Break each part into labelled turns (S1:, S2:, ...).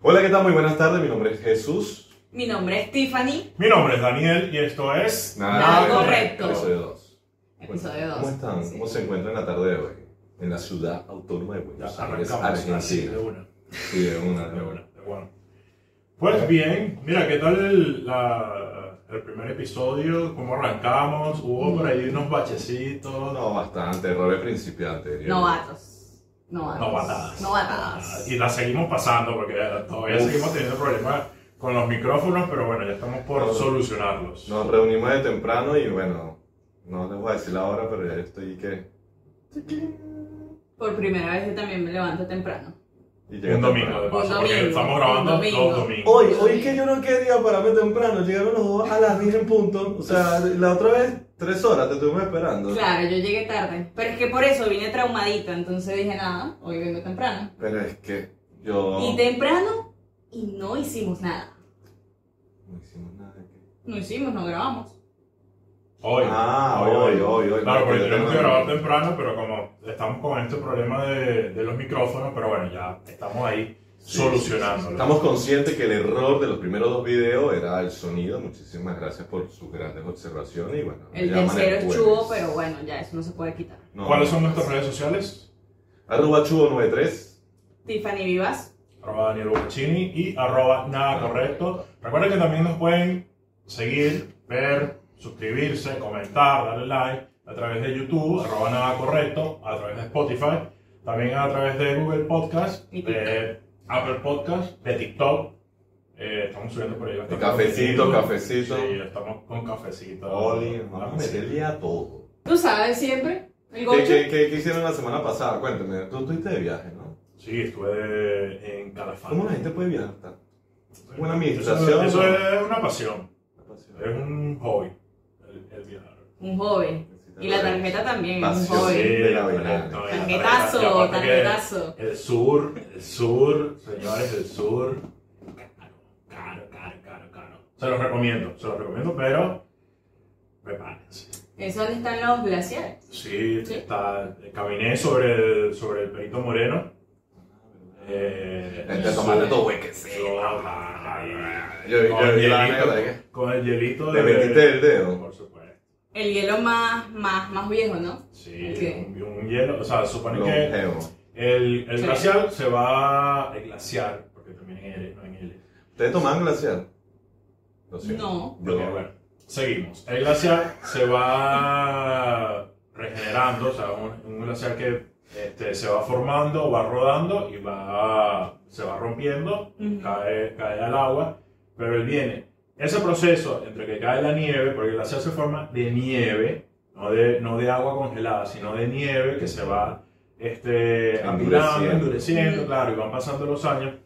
S1: Hola, ¿qué tal? Muy buenas tardes. Mi nombre es Jesús.
S2: Mi nombre es Tiffany,
S3: Mi nombre es Daniel y esto es...
S2: Nada
S1: de
S2: correcto.
S1: Episodio 2.
S2: episodio 2.
S1: ¿Cómo están? ¿Cómo se encuentran en la tarde de hoy? En la ciudad autónoma de
S3: Ya
S1: Buenos Aires,
S3: arrancamos así,
S1: Argentina.
S3: de una.
S1: Sí, de una,
S3: de
S1: de
S3: una,
S1: una.
S3: de una. Pues bien, mira, ¿qué tal el, la- el primer episodio? ¿Cómo arrancamos? Hubo por ahí unos bachecitos.
S1: No, bastante. Errores principiantes. diría yo.
S2: Novatos. Novatos.
S3: Novatadas.
S2: Novatadas.
S3: Y la seguimos pasando porque todavía
S1: Uf.
S3: seguimos teniendo problemas con los micrófonos, pero bueno, ya estamos por
S1: No.
S3: solucionarlos.
S1: Nos reunimos de temprano y bueno, no les voy a decir la hora, pero ya yo estoy que...
S2: Por primera vez yo también me levanto temprano.
S1: Y
S3: Un
S1: llegué temprano.
S3: domingo, de
S2: Un
S3: paso,
S2: domingo,
S3: porque estamos
S2: un
S3: grabando
S2: domingo.
S3: los domingos.
S4: Hoy, hoy que yo no quería pararme temprano, llegaron los dos a las 10 en punto. O sea, la otra vez.
S1: Tres horas te estuvimos esperando.
S2: Claro, yo llegué tarde. Pero es que por eso vine traumadita, entonces dije nada, hoy vengo temprano.
S1: Pero es que yo...
S2: Y temprano y no hicimos nada.
S1: No hicimos nada. ¿qué?
S2: No hicimos, no grabamos.
S3: Hoy.
S1: Ah, hoy, hoy, hoy.
S3: Claro, porque
S1: Yo
S3: tenemos que
S1: tengo-
S3: grabar temprano, pero como estamos con este problema de, de los micrófonos, pero bueno, ya estamos ahí
S1: Sí,
S3: solucionándolo.
S1: Estamos conscientes que el error de los primeros dos videos era el sonido. Muchísimas gracias por sus grandes observaciones. Y bueno, nos
S2: El
S1: llaman
S2: tercero es
S1: jueves.
S2: chubo, pero bueno, ya eso no se puede quitar.
S1: No,
S3: ¿Cuáles
S1: no.
S3: son nuestras redes sociales?
S1: Arroba chubo93.
S2: Tiffany Vivas,
S3: Arroba Daniel Boccini y arroba nada correcto. Recuerden que también nos pueden seguir, ver, suscribirse, comentar, darle like a través de YouTube, arroba nada correcto, a través de Spotify, también a través de Google Podcast,
S2: Y
S3: de Apple Podcast, de TikTok. Eh, estamos subiendo por ahí bastante
S1: cafecito,
S3: contenido.
S1: cafecito.
S3: Sí, estamos con cafecito.
S1: Oli, vamos a
S3: Cafecito.
S1: meterle a todo.
S2: tú sabes siempre, el
S1: ¿Qué,
S2: gocho.
S1: qué, qué- qué hicieron la semana pasada? Cuéntame, tú estuviste de viaje, ¿no?
S3: Sí, estuve en Calafate.
S1: ¿Cómo la gente puede viajar tanto? Buena administración.
S3: Eso, eso es una pasión,
S1: La pasión.
S3: es un hobby, el, el viajar.
S2: Un joven. Y la tarjeta también es un
S1: Pasión.
S2: joven.
S1: de la
S3: correcto,
S1: vaina.
S3: y la
S2: Tarjetazo,
S3: tarjeta, y aparte que
S2: tarjetazo.
S3: El sur, el sur, señores, el sur. Caro, caro, caro, caro. Se los recomiendo, se los recomiendo, pero prepárense.
S2: Es donde están los glaciares.
S3: Sí,
S2: Sí.
S3: Está, caminé sobre el, sobre el Perito Moreno. Eh,
S1: Gente
S3: el
S1: tomando
S3: sur.
S1: todo huequecito.
S3: Yo, ay,
S1: Yo- yo-
S3: con
S1: yo
S3: el
S1: vi la
S3: hielito,
S1: negra,
S3: Con el hielito
S1: ¿Le
S3: de-
S1: metiste el dedo?
S3: Por supuesto.
S2: El hielo más, más, más viejo, ¿no?
S3: Sí,
S2: Ok.
S3: un, un hielo. O sea, supone que
S1: Longevo.
S3: el, el
S2: Sí.
S3: glacial se va. El glacial, porque también es L, no es L.
S1: ¿Ustedes tomaban glacial? Lo siento.
S2: No.
S1: Yo-
S3: Ok, bueno, seguimos. El glacial se va regenerando, o sea, un, un glacial que este, se va formando, va rodando y va, se va rompiendo,
S2: Ujú.
S3: cae, cae al agua, pero él viene. Ese proceso entre que cae la nieve, porque el glacial se forma de nieve, no de, no de agua congelada, sino de nieve que se va este, apilando,
S1: Endureciendo.
S3: endureciendo,
S2: Ujú.
S3: claro, y van pasando los años.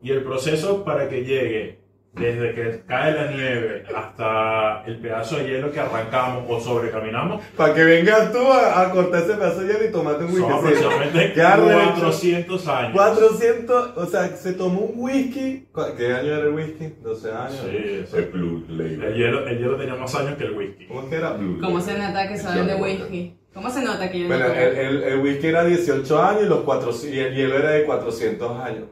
S3: Y el proceso para que llegue desde que cae la nieve hasta el pedazo de hielo que arrancamos o sobrecaminamos,
S1: Para que vengas tú a, a cortar ese pedazo de hielo y tomate un
S3: son
S1: whisky.
S3: aproximadamente
S1: Qué arrecho.
S3: 400 años.
S1: 400, o sea, se tomó un whisky. ¿Cu- ¿Qué año era el whisky? 12 años.
S3: Sí, sí.
S1: El Blue
S3: El
S1: Label.
S3: hielo, el hielo tenía más años que el whisky.
S1: ¿Cómo es que era Blue
S2: ¿Cómo se
S1: Label?
S2: nota que
S1: El
S2: saben de
S1: Johnny
S2: whisky? ¿Cómo se nota que yo
S1: Walker.
S2: no
S1: Bueno,
S2: tomo?
S1: el, el, el whisky era 18 años y, los cuatro, y el hielo era de 400 años.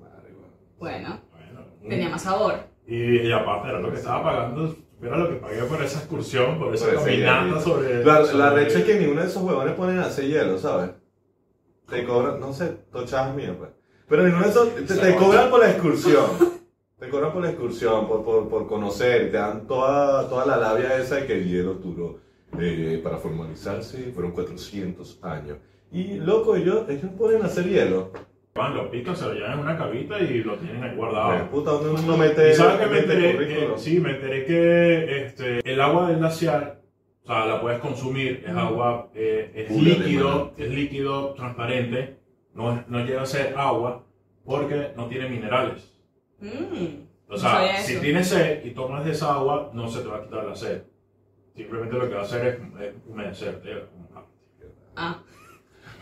S1: Madre, bueno.
S2: Bueno,
S3: Bueno, un-
S2: tenía más sabor.
S3: y, y aparte era lo que estaba pagando, era lo que pagué por esa excursión, por esa
S1: Por ese
S3: caminata
S1: hielito.
S3: sobre...
S1: Pues La, la
S3: sobre-
S1: recha es que ninguno de esos huevones ponen a hacer hielo, ¿sabes? Te cobran, no sé, tochadas mías, pues. Pero ninguno de esos, te, te cobran por la excursión. Te cobran por la excursión, por, por, por conocer, te dan toda, toda la labia esa de que el hielo duró. eh, para formalizarse fueron 400 años. Y loco, ellos, ellos ponen a hacer hielo.
S3: Van, lo pican, se lo llevan en una cavita y lo tienen ahí
S1: Eh,
S3: guardado.
S1: puta, ¿dónde uno mete,
S3: y sabes que me
S1: mete
S3: enteré, que,
S1: currículum?
S3: sí, me enteré que este, el agua del glaciar, o sea, la puedes consumir, es agua, eh, es
S1: Pura de
S3: líquido,
S1: manantial.
S3: es líquido transparente, no, es- no llega a ser agua porque no tiene minerales.
S2: Mm,
S3: O
S2: No
S3: sea,
S2: sabía
S3: si
S2: eso.
S3: tienes sed y tomas de esa agua, no se te va a quitar la sed. Simplemente lo que va a hacer es, es humedecerte. es como-
S2: Ah,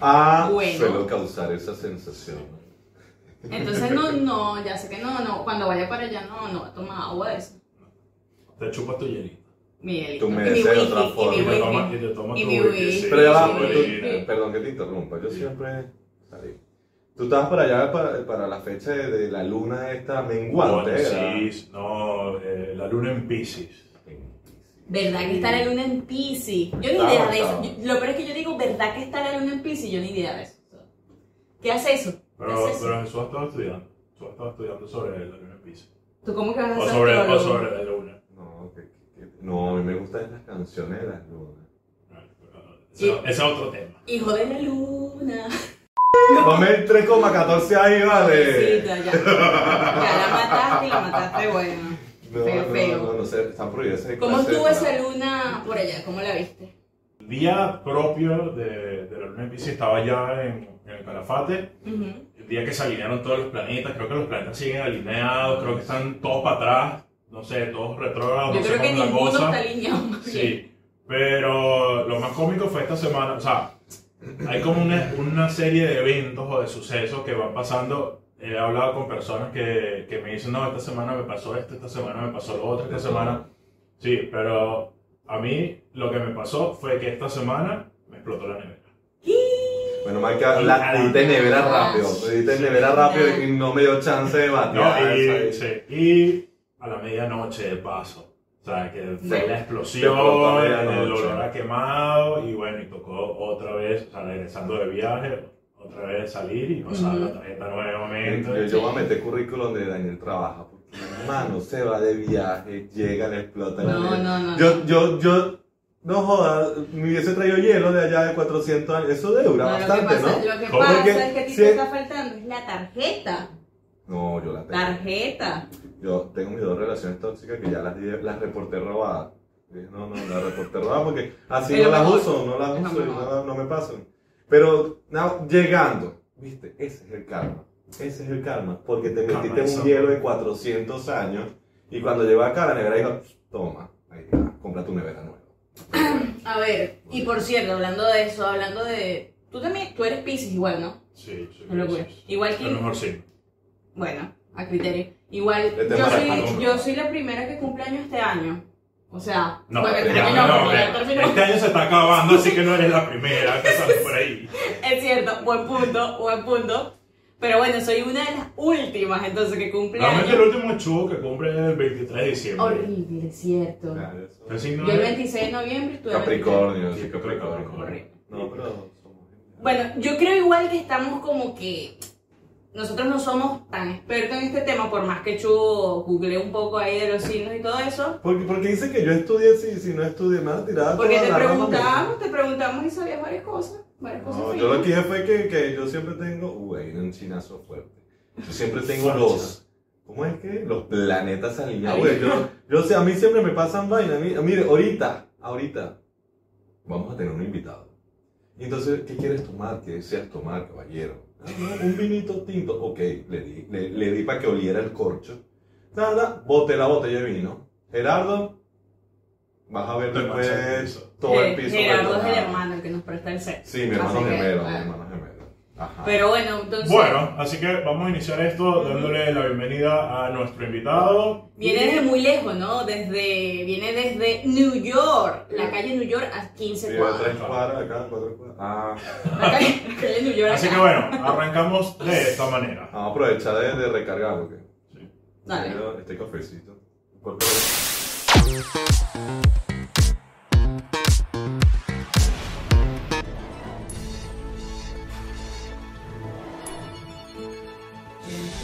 S1: Ah,
S2: Bueno.
S1: suelo causar esa sensación.
S2: entonces no, no, ya sé que no, no. Cuando vaya para allá no, no va a tomar agua de eso.
S3: Te chupas tu hielito.
S2: Miguelito.
S1: Tú me
S2: y mi
S1: deseas de
S2: whisky,
S1: otra forma.
S2: y
S3: Y
S2: mi
S3: te tomas,
S2: whisky.
S3: y te tomas
S2: Y
S3: tu
S2: mi
S3: whisky,
S2: whisky.
S3: sí,
S1: Pero ya va,
S3: tu
S1: pues, tú-
S3: whisky.
S1: perdón que te interrumpa, yo
S3: Sí.
S1: siempre salí. Tú estabas para allá para, para la fecha de, de la luna esta menguante,
S3: Bueno,
S1: ¿verdad?
S3: sí, no, eh, la luna en Pisces.
S2: ¿Verdad que está la luna en Pisces? Yo ni
S1: Está
S2: idea de eso.
S1: avanzado.
S2: Yo- lo peor es que yo digo, ¿verdad que está la luna en Pisces? Yo ni idea de eso. ¿Qué hace eso? ¿Qué
S3: Pero,
S2: hace eso?
S3: pero Jesús estaba estudiando. Jesús estaba estudiando sobre la luna en Pisces.
S2: ¿Tú cómo que vas a
S3: O
S2: ser
S3: sobre, o
S2: astrólogo?
S3: sobre la luna.
S1: No, que- que- que- no, a mí me gustan las canciones de las lunas.
S3: Ese, ese es otro tema.
S2: Hijo de la luna.
S1: Ponme el 3,14 ahí, vale.
S2: Pobrecita, ya. Ya la mataste y la mataste, bueno.
S1: No,
S2: Feo,
S1: no,
S2: feo.
S1: no, no sé, están prohibidas esas
S2: ¿Cómo
S1: clases,
S2: estuvo
S1: ¿no?
S2: esa luna por allá? ¿Cómo la viste?
S3: El día propio de, de la luna en Pisces estaba ya en, en el Calafate.
S2: Ujú.
S3: El día que se alinearon todos los planetas, creo que los planetas siguen alineados, creo que están todos para atrás, no sé, todos retrógrados,
S2: Yo
S3: no sé
S2: creo que
S3: cómo es la
S2: ninguno
S3: cosa.
S2: está alineado. más bien.
S3: Sí, pero lo más cómico fue esta semana, o sea, hay como una, una serie de eventos o de sucesos que van pasando. He hablado con personas que, que me dicen, no, esta semana me pasó esto, esta semana me pasó lo otro, esta semana. Sí, pero a mí lo que me pasó fue que esta semana me explotó la nevera.
S1: Menos mal que la edité nevera
S2: Ah,
S1: rápido. La edité nevera rápido y no me dio chance de
S3: No,
S1: batear.
S3: y,
S1: ¿sabes?
S3: sí, y a la medianoche de paso. O sea, que fue
S1: Sí.
S3: la
S1: Te
S3: explosión,
S1: explotó a medianoche.
S3: el olor a quemado, y bueno, y tocó otra vez, o sea, regresando de viaje, otra vez salir y pasar
S2: Ujú.
S3: la tarjeta nuevamente.
S1: Yo, yo voy a meter currículum donde Daniel trabaja. Porque hermano se va de viaje, llega, le explota la
S2: No,
S1: nevera.
S2: no, no.
S1: Yo, yo, yo, no jodas, me hubiese traído hielo de allá de 400 años. Eso dura
S2: No,
S1: bastante,
S2: lo que pasa,
S1: ¿no?
S2: Lo que
S3: ¿Cómo?
S2: pasa
S1: Porque
S2: es que a ti
S1: si
S2: te
S1: es-
S2: está faltando es la tarjeta.
S1: No, yo la tengo.
S2: Tarjeta.
S1: Yo tengo mis dos relaciones tóxicas que ya las, di- las reporté robadas. Dije, No, no, las reporté robadas porque así
S2: Es
S1: no
S2: lo
S1: las
S2: mejor.
S1: uso, no las
S2: Es lo
S1: uso y
S2: mejor.
S1: no, las- no me pasan. Pero no, llegando, viste, ese es el karma. Ese es el karma. Porque te
S3: Karma,
S1: metiste en
S3: eso.
S1: un hielo de 400 años y cuando llegó acá la nevera dijo, toma, ahí está, compra tu nevera nueva.
S2: A ver, y por cierto, hablando de eso, hablando de. Tú también, tú eres Pisces igual, ¿no?
S3: Sí, sí,
S2: Una locura.
S3: sí, sí.
S2: Igual que-
S3: A lo mejor sí.
S2: Bueno, a criterio. Igual,
S1: Este
S2: yo
S1: es
S2: soy,
S1: Maracaibo.
S2: yo soy la primera que cumple años este año. O sea,
S3: No,
S2: bueno,
S3: ya,
S2: este año no,
S3: no,
S2: porque
S3: ya.
S2: ya terminó.
S3: este año se está acabando, así que no eres la primera que sale por ahí.
S2: Es cierto, buen punto, buen punto. Pero bueno, soy una de las últimas entonces que cumple
S3: Realmente el
S2: años.
S3: último chuvo que cumple es el 23 de diciembre.
S2: Horrible, es cierto.
S1: Claro, eso.
S3: ¿Qué signo
S2: Yo el
S3: eres?
S2: 26 de noviembre estuve.
S1: Capricornio,
S3: Sí,
S1: sí,
S3: Capricornio.
S1: Capricornio. No, pero somos gente.
S2: Bueno, yo creo igual que estamos como que nosotros no somos tan expertos en este tema, por más que yo googleé un poco ahí de los signos y todo eso.
S1: Porque, porque dicen que yo estudié si, si no estudié más tirada
S2: Porque
S1: toda
S2: te
S1: la rama, pues. me-
S2: preguntamos, te preguntamos y sabías varias cosas, varias cosas.
S1: No,
S2: finas.
S1: yo lo que dije fue que, que yo siempre tengo. Uy, hay un chinazo fuerte. Yo siempre tengo los. ¿Cómo es que? Los planetas alineados. güey. yo, yo sé, a mí siempre me pasan vainas. a mí- Mire, ahorita, ahorita, vamos a tener un invitado. Y entonces, ¿qué quieres tomar? ¿Qué deseas tomar, caballero? "Ah, no, un vinito tinto. Ok, le di, le, le di para que oliera el corcho. Nada, bote la botella de vino. Gerardo, vas a ver
S3: Te mancha el
S1: después
S3: piso.
S1: todo el
S2: Eh,
S1: piso. pues,
S2: Gerardo es el
S1: perdonado.
S2: hermano el que nos presta el set.
S1: Sí, mi hermano
S2: Así que,
S1: gemelo, mi
S2: bueno.
S1: hermano gemelo. Ajá.
S2: Pero bueno, entonces
S3: Bueno, así que vamos a iniciar esto dándole la bienvenida a nuestro invitado.
S2: viene desde muy lejos, ¿no? Desde viene desde New York, la calle New York a 15
S1: Vive a tres
S2: cuadras.
S1: cuadras acá, cuatro cuadras. Ah,
S2: La calle, la calle New York.
S3: Así que
S2: acá.
S3: bueno, arrancamos de esta manera.
S1: vamos a aprovechar de, de recargar porque
S2: Dale.
S1: yo- este cafecito. Porque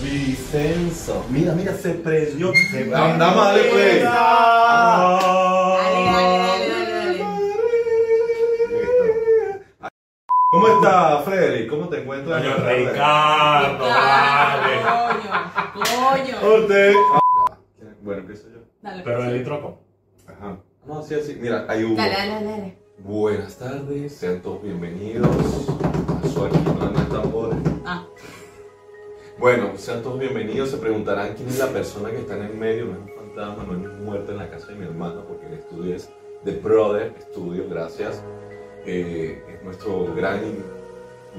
S1: Vicenzo, mira, mira, se prendió. Se Andamos a darle play.
S2: Dale, dale, dale, dale, dale.
S1: Listo. ¿Cómo está, Freddy? ¿Cómo te encuentras?
S3: Coño,
S1: en la tarde?
S3: Ricardo, vale.
S2: Ah, Coño, coño.
S1: Corte. Bueno, empiezo yo.
S2: Dale,
S3: Pero el
S2: dale,
S3: intro ¿cómo?
S1: Ajá. No, sí, así. Mira, ahí hubo.
S2: dale, dale.
S1: Buenas tardes, sean todos bienvenidos a su Alquimia de Tambores.
S2: Ah.
S1: Bueno, sean todos bienvenidos. Se preguntarán quién es la persona que está en el medio. No es un fantasma, no es un muerto en la casa de mi hermano, porque el estudio es de Brother Studio, gracias. Eh, es nuestro gran,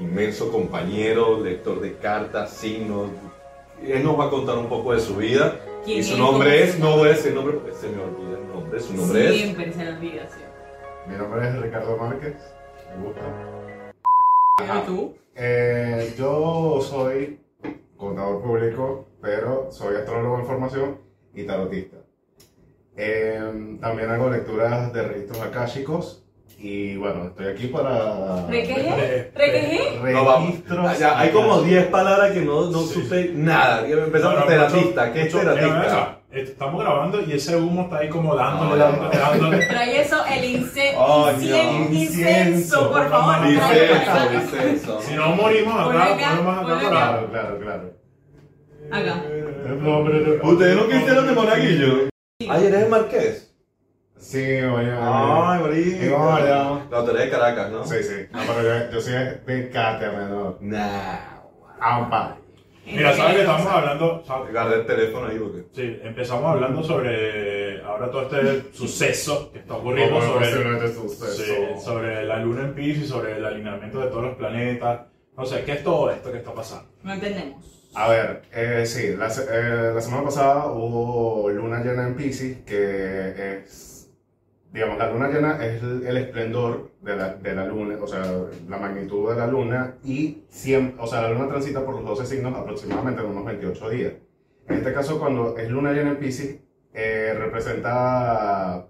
S1: inmenso compañero, lector de cartas, signos. Él nos va a contar un poco de su vida.
S2: ¿Quién
S1: Y su
S2: es?
S1: nombre es,
S2: ¿Cómo
S1: no voy a decir nombre porque se me olvida el nombre. Su
S2: se-
S1: nombre es.
S2: Siempre se lo olvida, sí.
S5: Mi nombre es Ricardo Márquez. Me gusta.
S2: Bueno, ¿y tú?
S5: Eh, yo soy contador público, pero soy astrólogo en formación y tarotista. Eh, también hago lecturas de registros akáshicos y bueno, estoy aquí para...
S3: Este,
S2: ¿Requejé? ¿Requejé?
S1: No, vamos. Ah,
S5: Registros...
S1: Ya, hay como 10 palabras que
S4: No, no
S3: Sí.
S4: supe
S1: nada. Y Empezamos
S3: Bueno,
S1: terapista.
S3: mucho-
S1: ¿Qué es
S3: mucho- mira,
S1: terapista?
S3: venga, estamos grabando y ese humo está ahí como dándole,
S1: No,
S3: dándole, dándole.
S2: Trae eso, el ince-
S1: Oh,
S2: incien-
S1: no.
S2: incienso, por favor.
S3: Incienso.
S2: tráelo para acá.
S1: Disenso, disenso.
S3: Si no morimos
S2: Ponle
S3: acá,
S2: acá,
S3: morimos acá
S2: ponle
S3: para...
S5: Claro, claro, claro.
S2: Acá.
S5: No, pero-
S1: ¿Ustedes no quisieron de Monaguillo? Ay, eres el marqués.
S5: Sí, oye.
S1: marido.
S5: Hola.
S1: No, tú eres de Caracas, ¿no?
S5: Sí, sí. No, pero yo, yo soy de Cátia, menor.
S1: Nah.
S5: Ampa.
S3: Mira,
S2: Eh,
S3: ¿sabes que estamos hablando? ¿sabes?
S1: Guardé el teléfono ahí porque.
S3: Sí, empezamos hablando sobre ahora todo este suceso que está ocurriendo
S5: Como
S3: sobre...
S5: posiblemente
S3: Sí,
S5: suceso.
S3: sobre la luna en Pisces, sobre el alineamiento de todos los planetas. No sé, ¿qué es todo esto que está pasando?
S2: No entendemos.
S5: A ver, eh, sí, la, se- eh, la semana pasada hubo luna llena en Pisces, que es, digamos, la luna llena es el, el esplendor de la, de la luna, o sea, la magnitud de la luna, y siempre, o sea, la luna transita por los 12 signos aproximadamente en unos 28 días. En este caso, cuando es luna llena en Pisces, eh, representa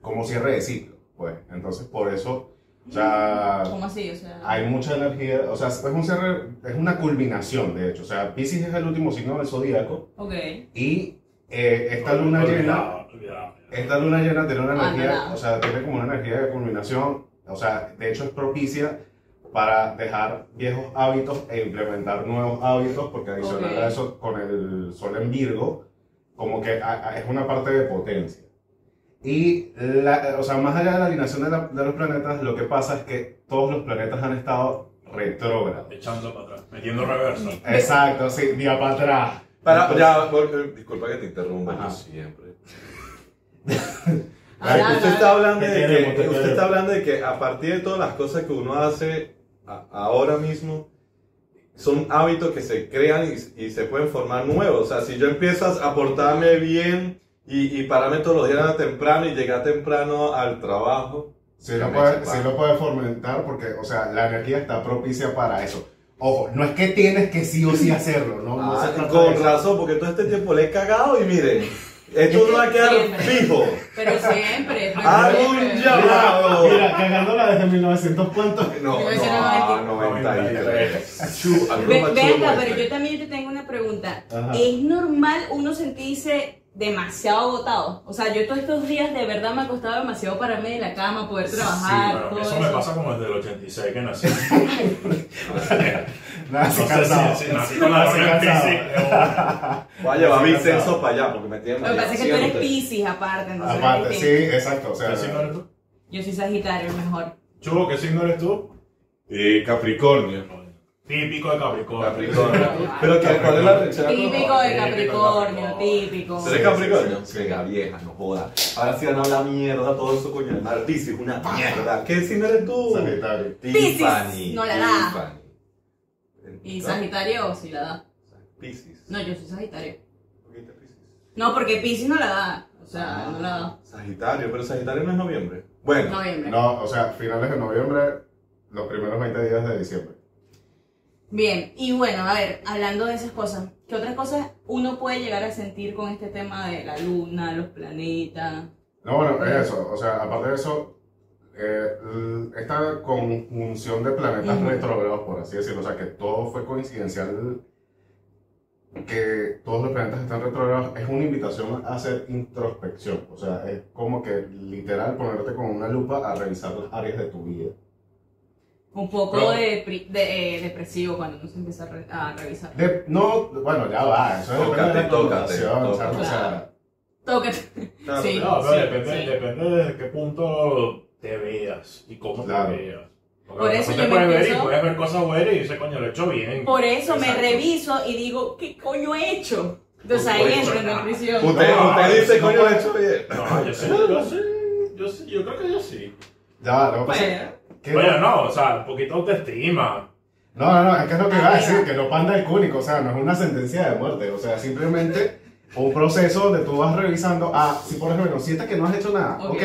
S5: como cierre de ciclo, pues, entonces por eso, o sea...
S2: ¿Cómo así? O sea,
S5: Hay mucha energía, o sea, es un cierre, es una culminación, de hecho. O sea, Pisces es el último signo del zodíaco
S2: ok.
S5: y eh, esta luna
S3: Olvidado,
S5: llena,
S3: olvidado.
S5: esta luna llena tiene una
S2: Ah,
S5: energía,
S2: nada.
S5: o sea, tiene como una energía de culminación, o sea, de hecho es propicia para dejar viejos hábitos e implementar nuevos hábitos, porque adicional
S2: Ok.
S5: a eso, con el sol en Virgo, como que a- a- es una parte de potencia. Y, la- o sea, más allá de la alineación de, la- de los planetas, lo que pasa es que todos los planetas han estado retrógrados.
S3: Echando para atrás, metiendo reversa.
S5: Exacto, sí, día para atrás.
S1: Para,
S5: Entonces-
S1: ya, porque- disculpa que te interrumpa,
S5: Ajá.
S1: yo siempre.
S2: Ah, nada,
S1: usted, este está
S2: nada.
S1: hablando
S3: Te
S1: de
S3: queremos,
S1: que,
S3: te
S1: usted
S3: queremos.
S1: está hablando de que a partir de todas las cosas que uno hace a- ahora mismo, son hábitos que se crean y, y se pueden formar nuevos. O sea, si yo empiezo a aportarme bien y, y pararme todos los días a temprano y llegar temprano al trabajo,
S5: Sí lo, puede, sí lo puede fomentar porque, o sea, la energía está propicia para eso. Ojo, no es que tienes que sí o sí hacerlo, ¿no? No se
S1: Ah,
S5: trata de
S1: con
S5: eso.
S1: razón, porque todo este tiempo le he cagado y miren, esto no va a quedar
S2: Siempre.
S1: fijo.
S2: Pero siempre. pero
S5: Ah,
S1: Hago un
S2: siempre.
S1: llamado.
S5: Mira, mira, cagándola desde 1900, ¿cuánto?
S1: No, ah,
S2: Debe ser
S1: no, 93.
S3: 93.
S1: Chu,
S2: Ve-
S1: arroba
S2: Ven
S1: chu,
S2: acá, pero
S1: 93.
S3: este.
S2: yo también te tengo una pregunta.
S5: Ajá.
S2: ¿Es normal uno sentirse demasiado agotado? O sea, yo todos estos días de verdad me ha costado demasiado pararme de la cama, poder trabajar,
S3: sí, bueno,
S2: todo
S3: eso,
S2: eso.
S3: me pasa como desde el 86 que nací.
S5: Nada,
S3: No
S5: sí,
S3: sé
S5: cansado.
S3: si- si nací con la
S5: Nací
S3: luna en
S5: cansado.
S3: Pisces, de una.
S1: Voy a llevar mi
S5: Demasiado.
S1: censo para allá porque me tienen este.
S2: Lo que pasa es que tú eres Pisces aparte, entonces
S5: Aparte,
S2: es
S5: sí,
S2: distinto.
S5: exacto. O sea,
S3: ¿Qué signo eres tú?
S2: yo soy Sagitario, el mejor.
S3: Chubo, ¿qué signo eres tú?
S1: Capricornio.
S3: Típico de Capricornio.
S1: Capricornio. Pero que, ¿cuál es la reacción?
S2: Típico de
S3: típico
S2: Capricornio,
S3: Capricornio.
S2: típico.
S1: ¿Tú eres Capricornio?
S5: Sí, sí, sí.
S1: Venga, vieja, no joda. Ahora sí han hablado mierda todo eso, coño. Mar Piscis, una mierda. ¿Qué signo eres tú?
S5: Sagitario.
S2: Piscis,
S1: Tiffany,
S2: no la da.
S1: Tiffany.
S2: Y Sagitario sí la da.
S1: Piscis.
S2: No, yo soy Sagitario.
S1: ¿Por qué te Piscis?
S2: No, porque Pisces no la da. O sea, no la da.
S1: Sagitario, pero Sagitario no es noviembre. Bueno,
S2: Noviembre.
S5: No, o sea, finales de noviembre, los primeros 20 días de diciembre.
S2: Bien, y bueno, a ver, hablando de esas cosas, ¿qué otras cosas uno puede llegar a sentir con este tema de la luna, los planetas?
S5: No, bueno, es eso. O sea, aparte de eso, eh, l- esta conjunción de planetas
S2: Ujú.
S5: retrógrados, por así decirlo, o sea, que todo fue coincidencial, que todos los planetas están retrógrados, es una invitación a hacer introspección. O sea, es como que literal ponerte con una lupa a revisar las áreas de tu vida.
S2: Un poco
S5: Claro.
S2: de, pri- de, eh, depresivo cuando uno se empieza a, re- a revisar.
S5: De- no, bueno, ya va, eso depende
S1: Tócate,
S5: de
S1: tócate,
S5: la connotación, ¿sabes? O sea,
S2: Tócate.
S1: claro,
S2: Sí.
S1: pero-
S3: No, pero
S2: Sí,
S3: depende,
S2: sí.
S3: depende de qué punto te veas y cómo
S5: Claro.
S3: te veas. Porque
S2: Por
S3: a lo
S2: eso
S3: mejor
S2: yo
S3: te
S2: me
S3: puedes ver y
S2: empiezo-
S3: puedes ver cosas buenas y dices, coño, lo he hecho bien.
S2: Por eso me
S3: Exacto.
S2: reviso y digo, ¿qué coño he hecho? Entonces
S3: Por
S2: ahí
S3: supuesto,
S2: entro en
S3: nada.
S2: depresión.
S1: Usted,
S3: No,
S1: usted
S3: no,
S1: dice,
S3: no
S1: coño, lo
S3: puede-
S1: he hecho bien.
S3: No, yo sí, yo sí, yo sí, yo creo que yo sí.
S5: ya va, lo que pasa es
S2: Bueno,
S5: que-
S3: Bueno, no, o sea, un poquito de autoestima.
S5: No, no, no, es que es lo que
S2: Ah,
S5: iba a
S2: mira.
S5: decir, que lo panda el cúnico, o sea, no es una sentencia de muerte, o sea, simplemente un proceso donde tú vas revisando, ah, si por ejemplo sientes que no has hecho nada, ok,
S2: Ok.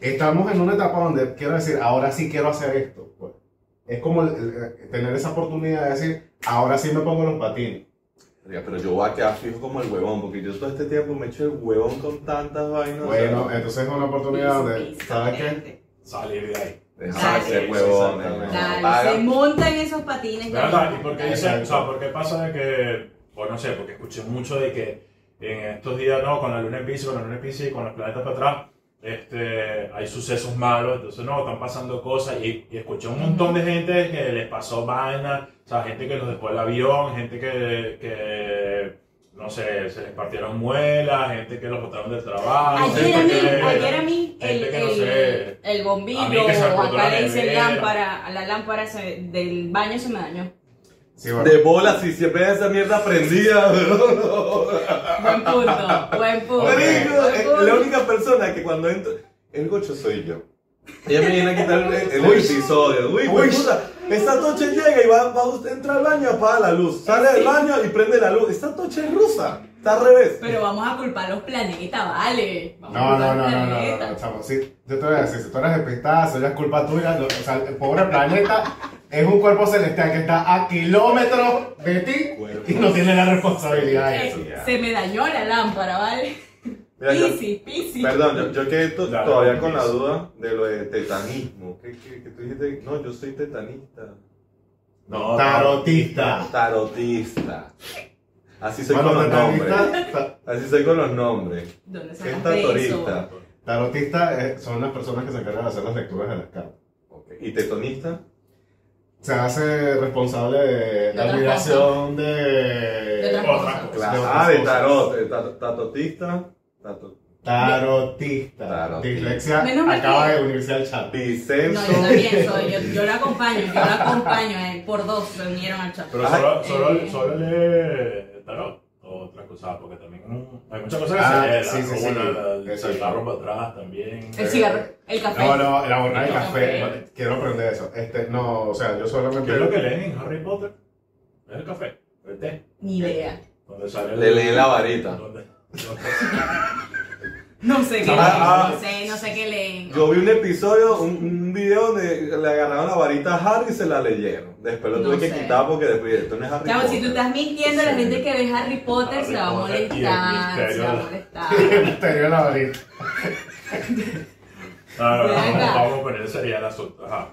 S5: estamos en una etapa donde quiero decir, ahora sí quiero hacer esto, pues. es como el- el- tener esa oportunidad de decir, ahora sí me pongo los patines.
S1: Ya, Pero yo voy a quedar fijo como el huevón, porque yo todo este tiempo me he hecho el huevón con tantas vainas. o
S5: Bueno,
S1: sea,
S5: entonces es una oportunidad donde, ¿sabes qué?
S2: Exactamente.
S3: Salir de ahí.
S1: deja de ser
S2: Dale.
S1: huevón.
S5: Exactamente.
S1: hermano.
S2: Dale,
S1: Paga.
S2: se montan esos patines.
S3: ¿Verdad? ¿Y por qué dice,
S5: Exacto.
S3: o sea, por qué pasa de que, o no sé, porque escuché mucho de que en estos días, no, con la luna en Piscis, con la luna en Piscis y con los planetas para atrás, este, hay sucesos malos, entonces no, están pasando cosas y, y escuché un montón de gente que les pasó vainas, o sea, gente que los dejó el avión, gente que, que, no sé, se les partieron muelas, gente que los botaron del trabajo.
S2: Ayer a
S3: gente
S2: mí,
S3: que-
S2: ayer a mí, el,
S3: gente que no
S2: el-
S3: sé.
S2: el
S3: A mí
S2: bombillo,
S3: que se
S2: o
S3: explotó la
S2: acá le dicen
S3: nevera.
S2: lámpara, a la lámpara se- del baño se me dañó.
S5: Sí, bueno.
S1: De bola, si siempre esa mierda prendida, huevón.
S2: Buen punto, buen punto.
S1: Marico,
S2: buen
S1: eh,
S2: punto.
S1: la única persona que cuando entro. El gocho soy yo. Ella me viene a quitar el, el episodio. Uy,
S5: Uy.
S1: puta. Esta noche llega y va, va a entrar al baño y apaga la luz. Sale del baño y prende la luz. Esta noche es rusa. Está al revés.
S2: Pero vamos a culpar los planetas, vale. Vamos a
S5: No, no,
S2: culpar
S5: no,
S2: los
S5: no, no, no,
S2: planetas. Eh,
S5: no, chamo. Sí, yo te voy a decir, si tú eres despistazo, ya es culpa tuya. no, o sea, el pobre planeta es un cuerpo celestial que está a kilómetros de ti y no tiene la responsabilidad de eso.
S2: Eh, Se me dañó la lámpara, ¿vale?
S1: Mira, yo-
S2: Pisi, pisi.
S1: Perdón, yo, yo quedé to-
S3: Claro,
S1: todavía con la
S3: eso.
S1: duda de lo de tetanismo. ¿Qué, qué- qué tú dijiste? No, yo soy tetanista.
S3: No,
S5: Tarotista.
S1: Tarotista. Así soy
S5: Bueno,
S1: con los nombres.
S5: tarotista, ta-
S1: Así soy con los nombres.
S2: ¿Dónde
S1: ¿Qué es
S2: sacaste eso?
S1: tatorista?
S5: tarotista eh, son las personas que se encargan de hacer las lecturas de las cartas.
S1: Ok. ¿Y tetonista?
S5: Se hace responsable de la
S2: otras
S5: admiración de...
S2: De otras
S3: Otra
S2: cosas.
S5: Claro.
S1: Claro.
S5: otras
S1: Ah, de
S5: cosas.
S1: tarot, eh, ta- tatotista, tato-
S5: Tarotista.
S1: Tarotista.
S5: Dislexia
S2: Menos mal
S5: acaba
S2: que-
S5: de unirse al chat.
S1: disenso.
S2: No, yo también soy, yo, yo la acompaño, yo la acompaño, eh, por dos se unieron al chat.
S3: Pero
S1: Ay,
S3: solo, solo,
S2: eh.
S3: solo lee tarot o otras cosas, porque también mm, hay muchas cosas que
S5: Ah,
S3: se leen.
S5: sí, sí,
S3: como
S5: sí.
S3: la- la- el
S5: Exacto.
S3: cigarro para atrás también.
S2: El cigarro, el café.
S5: No, no, la borra del
S2: No, café.
S5: café. no, Quiero aprender eso. Este, no, o sea, yo solamente.
S3: ¿Qué es lo que leen en Harry Potter? Es el café, el té.
S2: Ni idea.
S3: Donde sale el-
S1: Le leen la varita.
S3: donde-
S2: No sé qué leen,
S1: Ah,
S2: no sé, no sé qué leen.
S1: Yo vi un episodio, un, un video donde le agarraron la varita a Harry y se la leyeron. Después lo
S2: No
S1: tuve que
S2: sé.
S1: quitar porque después esto no es Harry
S2: Chavo, si tú
S1: Potter.
S2: estás mintiendo, la
S3: Sí.
S2: gente que ve Harry Potter
S3: Harry
S2: se va a
S3: Potter y el
S2: molestar, se va a
S3: misterio.
S2: molestar.
S5: El misterio de la varita.
S3: No, no, no,
S2: Ven acá.
S3: Ah, vamos a poner sería el asunto. Ajá.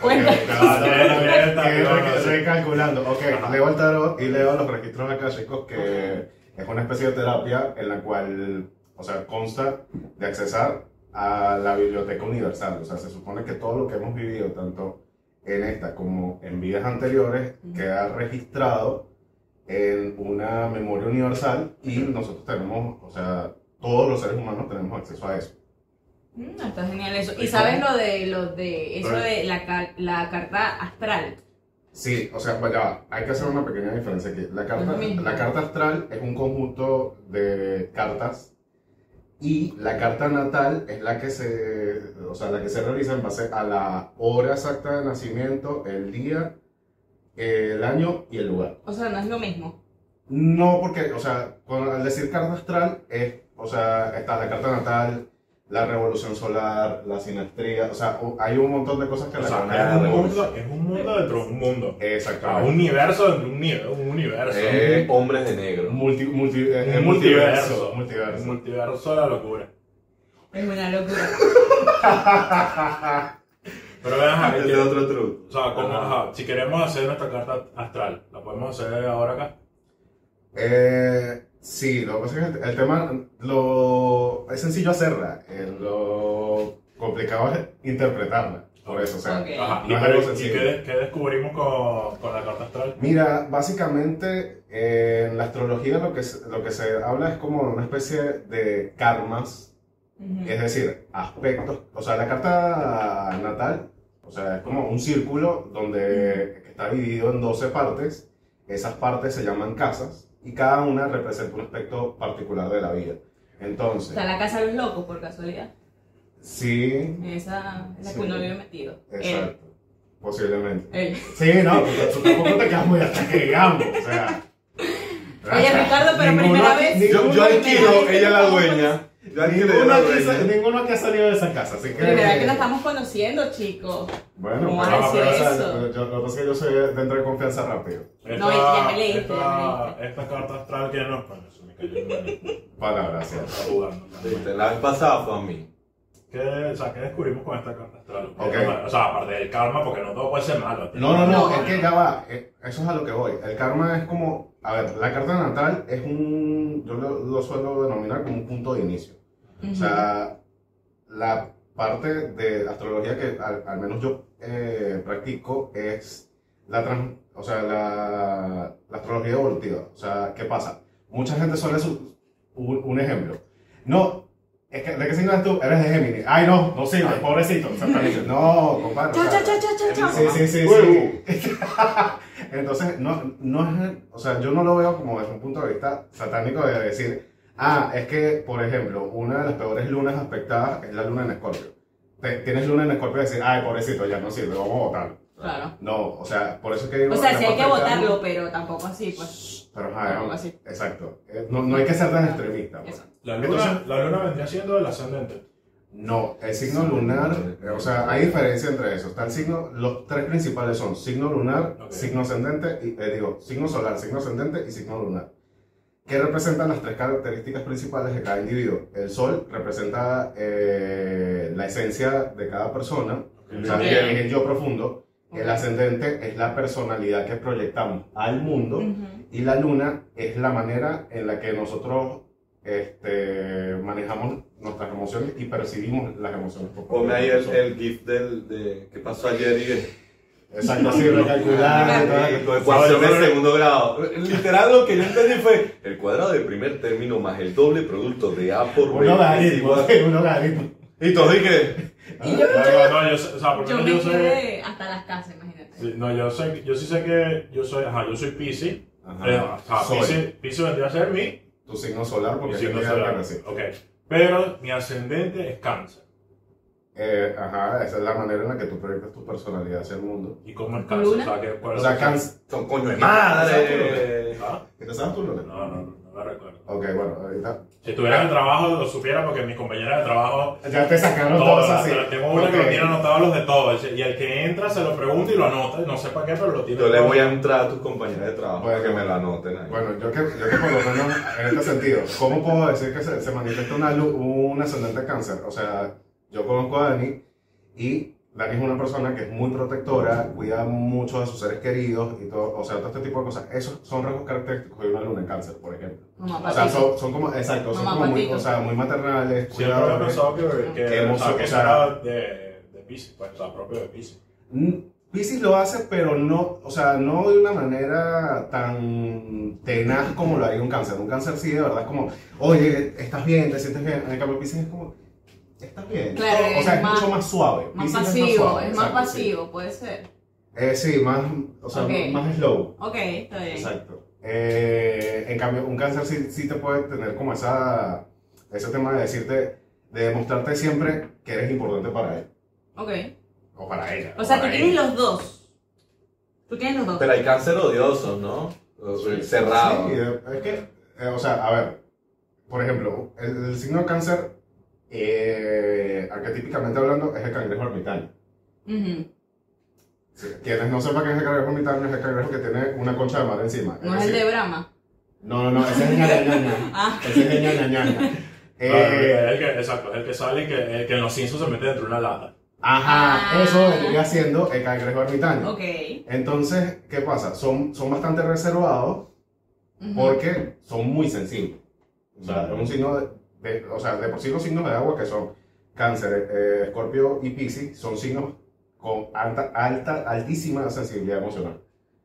S2: Cuenta.
S3: Ah, leen- leen el
S5: Que
S3: tarot, no
S5: re-
S3: sé.
S5: Recalculando. Ok,
S3: Ajá.
S5: leo el tarot y leo los registros acásicos, que es una especie de terapia en la cual, o sea, consta de accesar a la biblioteca universal. O sea, se supone que todo lo que hemos vivido, tanto en esta como en vidas anteriores, queda registrado en una memoria universal y nosotros tenemos, o sea, todos los seres humanos tenemos acceso a eso.
S2: Mm, está genial eso. ¿Y sabes lo de lo de eso de la, car- la carta astral?
S5: Sí, o sea, vaya, va, hay que hacer una pequeña diferencia aquí. La carta,
S2: Lo mismo.
S5: la carta astral es un conjunto de cartas y la carta natal es la que se, o sea, la que se realiza en base a la hora exacta de nacimiento, el día, eh, el año y el lugar.
S2: O sea, no es lo mismo.
S5: No, porque, o sea, con- al decir carta astral es, o sea, está la carta natal, la revolución solar, la sinastría, o sea, u- hay un montón de cosas que
S3: O
S5: la
S3: sea,
S5: carta
S3: es un
S1: la
S3: mundo, es un mundo dentro de un mundo. Ah,
S5: Exactamente.
S3: un universo dentro de un, uni- un universo.
S1: Eh, hombres de negro.
S5: Multi, multi, eh,
S3: Un
S5: eh, multiverso.
S3: multiverso.
S5: multiverso.
S3: Un multiverso de la locura.
S2: Es una locura.
S3: Pero vean, ajá,
S1: Este es otro truco.
S3: O sea, como,
S1: Ajá.
S3: ajá, si queremos hacer nuestra carta astral, ¿la podemos hacer ahora acá?
S5: Eh, sí, lo que pasa es que el- el tema lo, es sencillo hacerla. eh, lo complicado es interpretarla. Por eso, o sea.
S2: Ok.
S3: Ajá. ¿Y,
S5: No es
S3: pero-
S5: algo
S3: y
S5: sencillo.
S3: qué, de- qué descubrimos con, con la carta astral?
S5: Mira, básicamente eh, en la astrología lo que, se- lo que se habla es como una especie de karmas
S2: Ujú.
S5: Es decir, aspectos, o sea, la carta natal, o sea, es como un círculo donde está dividido en 12 partes, esas partes se llaman casas y cada una representa un aspecto particular de la vida. Entonces,
S2: Está la casa de los locos, por casualidad.
S5: sí,
S2: Esa es la
S5: Sí.
S2: que uno vive metido. Él.
S5: exacto, posiblemente.
S2: Él.
S5: Sí, no, porque tú tampoco te quedas muy hasta que digamos, o sea.
S2: Oye, Ricardo, pero primera vez-
S1: Yo, yo
S2: Yo-
S1: alquilo, ella es la dueña. Ya hay que leer
S5: Ninguno
S1: la
S5: aquí, sa-
S1: dueña.
S5: ninguno aquí ha salido de esa casa, así que...
S2: Primera vez que nos estamos conociendo, chicos.
S5: Bueno,
S2: ¿Cómo
S5: pero,
S2: vas a
S5: pero,
S2: decir
S5: o sea,
S2: eso?
S5: yo- yo- lo que pasa es que yo soy de entrar en confianza rápido.
S2: No, ya me leíste,
S3: esta,
S2: ya me leíste.
S3: esta carta astral que no, bueno, se me cayó en la
S5: Palabras, sí.
S3: está jugando.
S1: Viste, Este, La vez pasada fue a mí.
S3: ¿Qué, o sea, ¿qué descubrimos con esta carta astral?
S5: Ok.
S3: O sea, aparte del karma, porque no todo puede ser malo. tío.
S5: No, no, no,
S2: No.
S5: es que ya va, eh, eso es a lo que voy. El karma es como, a ver, la carta natal es un, yo lo, lo suelo denominar como un punto de inicio. O sea, la parte de astrología que al, al menos yo eh, practico es la, trans- o sea, la, la astrología evolutiva. O sea, ¿qué pasa? Mucha gente suele su, un, un ejemplo. No, es que, ¿de qué signo eres tú? Eres de Géminis. Ay, no, no sirve, pobrecito. O sea, no, compadre. o
S2: Chao,
S5: sea,
S2: chao, chao, chao, chao, chao.
S5: Sí, sí, sí.
S1: Huevo.
S5: sí. Entonces, no, no es, o sea, yo no lo veo como desde un punto de vista satánico de decir, ah, es que, por ejemplo, una de las peores lunas afectadas es la luna en Escorpio. Te- Tienes luna en Escorpio y decir, ay, pobrecito, ya no sirve, vamos a votarlo.
S2: Claro.
S5: No, o sea, por eso es que digo...
S2: O sea,
S5: la
S2: sí hay que
S5: parte de
S2: votarlo, pero tampoco así, pues.
S5: Pero, ajá,
S2: Algo
S5: no,
S2: así.
S5: exacto. Eh, No, no hay que ser tan extremista. pues.
S2: Eso.
S3: La luna,
S5: Entonces-
S3: la luna vendría siendo el ascendente.
S5: No, el signo lunar, eh, o sea, hay diferencia entre eso. Está el signo, los tres principales son signo lunar,
S3: Ok.
S5: signo ascendente, y, eh, digo, signo solar, signo ascendente y signo lunar. ¿Qué representan las tres características principales de cada individuo? El sol representa eh, la esencia de cada persona, o sea,
S2: Ok.
S5: el, el yo profundo. El
S2: Ok.
S5: ascendente es la personalidad que proyectamos al mundo.
S2: Ujú.
S5: Y la luna es la manera en la que nosotros este, manejamos nuestras emociones y percibimos las emociones. por parte
S1: Ponme
S5: de
S1: ahí el,
S5: nosotros.
S1: el GIF del, de qué pasó ayer y de,
S5: Exacto, así, recalcular y toda la
S1: y con
S3: pues,
S5: cuestión.
S1: ecuación de segundo grado. Literal lo que yo entendí fue el cuadrado de primer término más el doble producto de A por
S3: pues,
S1: B.
S5: Un
S1: es
S5: logaritmo,
S1: igual-
S5: un logaritmo.
S1: Y todos dije,
S5: Ah,
S2: Y yo-
S3: No, yo, no, yo sé- o sea, por lo
S2: Yo
S3: menos
S2: me
S3: yo sé.
S2: quedé hasta las casas, imagínate.
S3: sí, no, yo sé, yo sí sé que yo soy, ajá, yo soy Pisi. Eh, o sea,
S5: Ah, Sol,
S3: Pisi, Pisi vendría a ser mi
S5: tu signo solar, porque
S3: Mi
S5: es el
S3: signo
S5: día
S3: solar.
S5: que nací.
S3: Ok. Pero mi ascendente es cáncer.
S5: Eh, ajá, esa es la manera en la que tú proyectas tu personalidad hacia el mundo.
S3: ¿Y cómo es cáncer?
S2: ¿Luna?
S3: O sea, que- ¿cuál
S5: O
S3: es
S5: sea,
S3: el-
S5: cáncer.
S1: son coño de
S5: madre.
S1: madre.
S3: ¿Ah?
S5: ¿Te sabes tú,
S3: No,
S5: Luna?
S3: no, no, no la recuerdo.
S5: Ok, bueno, ahorita.
S3: Si tuviera en el trabajo, lo supiera porque mis compañeras de trabajo.
S5: Ya te sacaron todos
S3: todas,
S5: así.
S3: pero tengo una que
S5: Ok.
S3: lo tiene anotado los de todos. Y el que entra se lo pregunta y lo anota. No sé para qué, pero lo tiene.
S1: Yo le
S3: todo.
S1: voy a entrar a tus compañeras de trabajo para que me la anoten ahí.
S5: Bueno, yo que, yo que por lo menos en este sentido, ¿cómo puedo decir que se, se manifiesta una, lu- un ascendente cáncer? O sea, yo conozco a Dani y Dani es una persona que es muy protectora, cuida mucho de sus seres queridos y todo, o sea, todo este tipo de cosas. Esos son rasgos característicos de una luna en cáncer, por ejemplo.
S2: Mamá,
S5: O sea,
S2: patito.
S5: son, son como, exacto, son
S2: Mamá
S5: como muy,
S2: patito.
S5: o sea, muy maternales,
S3: Siempre había
S5: cuidadores.
S3: pensado que, que,
S5: Que
S3: o sea,
S5: emoción-
S3: que
S5: o
S3: eso
S5: sea-
S3: era de, de Pisces, pues, o sea, propio de Pisces.
S5: Mm, Piscis lo hace, pero no, o sea, no de una manera tan tenaz como lo haría un cáncer. Un cáncer sí, de verdad, es como, oye, estás bien, te sientes bien. En el cambio, Piscis es como, estás bien.
S2: Claro,
S5: o sea,
S2: es
S5: es
S2: más-
S5: mucho más suave.
S2: Más
S5: Piscis
S2: pasivo,
S5: suave,
S2: es más
S5: exacto, sí.
S2: pasivo, puede ser.
S5: Eh, sí, más, o sea,
S2: Ok.
S5: más slow.
S2: Ok, está bien.
S5: Exacto. Eh, en cambio, un cáncer sí, sí te puede tener como esa, ese tema de decirte, de demostrarte siempre que eres importante para él
S2: Ok.
S5: o para ella.
S2: O sea, tú
S5: para
S2: tienes
S5: él.
S2: los dos. Tú tienes los dos.
S1: Pero hay cáncer odiosos, ¿no? Cerrado.
S5: Sí, eh, es que, eh, o sea, a ver, por ejemplo, el, el signo de cáncer, eh, arquetípicamente hablando, es el cangrejo ermitaño.
S2: Ujú.
S5: Quienes no sepan qué es el cangrejo ermitaño, es el cangrejo que tiene una concha de mar encima.
S2: No es el
S5: decir,
S2: de Brahma.
S5: No, no, no, ese es el ñañañaña.
S2: Ah,
S5: ese es el ñañañaña. Eh,
S3: Claro, el que, exacto, el que sale y que, el que en los cinzos se mete dentro de una lata.
S5: ajá, eso lo estoy haciendo el cangrejo ermitaño.
S2: Ah. ok.
S5: Entonces, ¿qué pasa? Son, son bastante reservados
S2: Ujú.
S5: porque son muy sensibles. O sea, es un signo de, de- o sea, de por sí los signos de agua que son cáncer, eh, escorpio y piscis son signos con alta, alta, altísima sensibilidad emocional.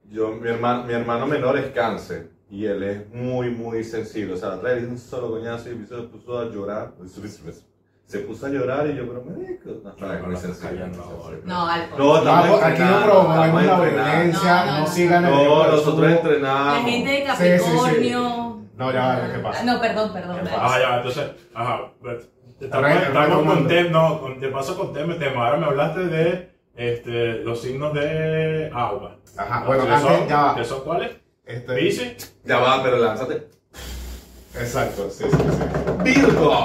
S1: Yo, mi, hermano, mi hermano menor es cáncer y él es muy, muy sensible. O sea, la otra vez le di un solo coñazo y se puso a llorar. Se puso a llorar y yo, pero marico, no, está bien, muy sensible.
S3: Callando,
S2: No, pues. algo.
S1: No,
S5: Vamos,
S1: estamos
S5: aquí no
S1: entrenando,
S5: promovemos
S1: estamos
S5: la
S1: entrenando.
S5: violencia,
S2: No,
S5: no,
S2: no, no.
S5: sigan el ejemplo
S1: No,
S5: del
S1: nosotros
S5: sur.
S1: entrenamos.
S2: La gente de
S5: Sí, sí, sí.
S2: Capricornio.
S5: No, ya va, ya, ¿qué pasa?
S2: No, perdón, perdón.
S5: ¿Qué
S2: dale.
S3: Ajá, ya, Ah, entonces, ajá. pues, Estamos, estamos
S5: Re-
S3: con
S5: retomando.
S3: tem, no, con- de paso con tema, tema. Ahora me hablaste de este, los signos de agua.
S1: Ah,
S5: Ajá,
S3: ¿No?
S5: bueno,
S3: ¿Que
S5: antes,
S3: son,
S5: ya va.
S3: que son cuáles?
S5: Este,
S3: Pisces.
S1: Ya va, pero lánzate.
S5: exacto, sí, sí, sí.
S1: ¡Virgo!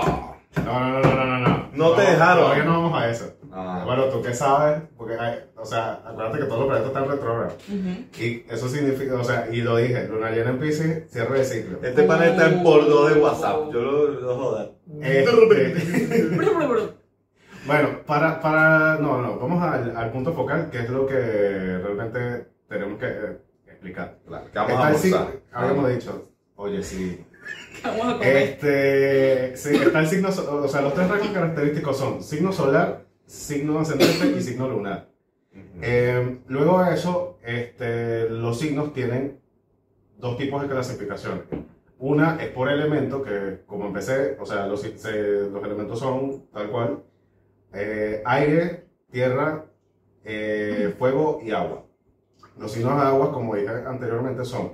S5: No, no, no, no, no, no.
S1: No te dejaron.
S5: Todavía no vamos a eso.
S1: Ah,
S5: Bueno, tú qué sabes, porque hay, o sea, acuérdate que todos los planetas están retrógrados.
S2: Ujú.
S5: Y eso significa, o sea, y lo dije, luna llena en Pisces, cierre de ciclo.
S1: Este pana está en por dos de WhatsApp. Yo lo, lo joda.
S5: Este- bueno, para, para, no, no, vamos al, al punto focal, que es lo que realmente tenemos que eh, explicar.
S1: Claro, que
S5: Está el
S1: vamos a
S5: signo-
S1: almorzar.
S5: Habíamos dicho, oye, sí.
S2: Vamos a
S5: Eh,
S2: comer.
S5: Este, sí, está el signo, so- o sea, los tres rasgos característicos son signo solar, signo ascendente y signo lunar.
S1: Mm-hmm.
S5: Eh, luego de eso, este, los signos tienen dos tipos de clasificación. Una es por elemento, que como empecé, o sea, los, si- se- los elementos son tal cual, eh, aire, tierra, eh, fuego y agua. Los signos de agua, como dije anteriormente, son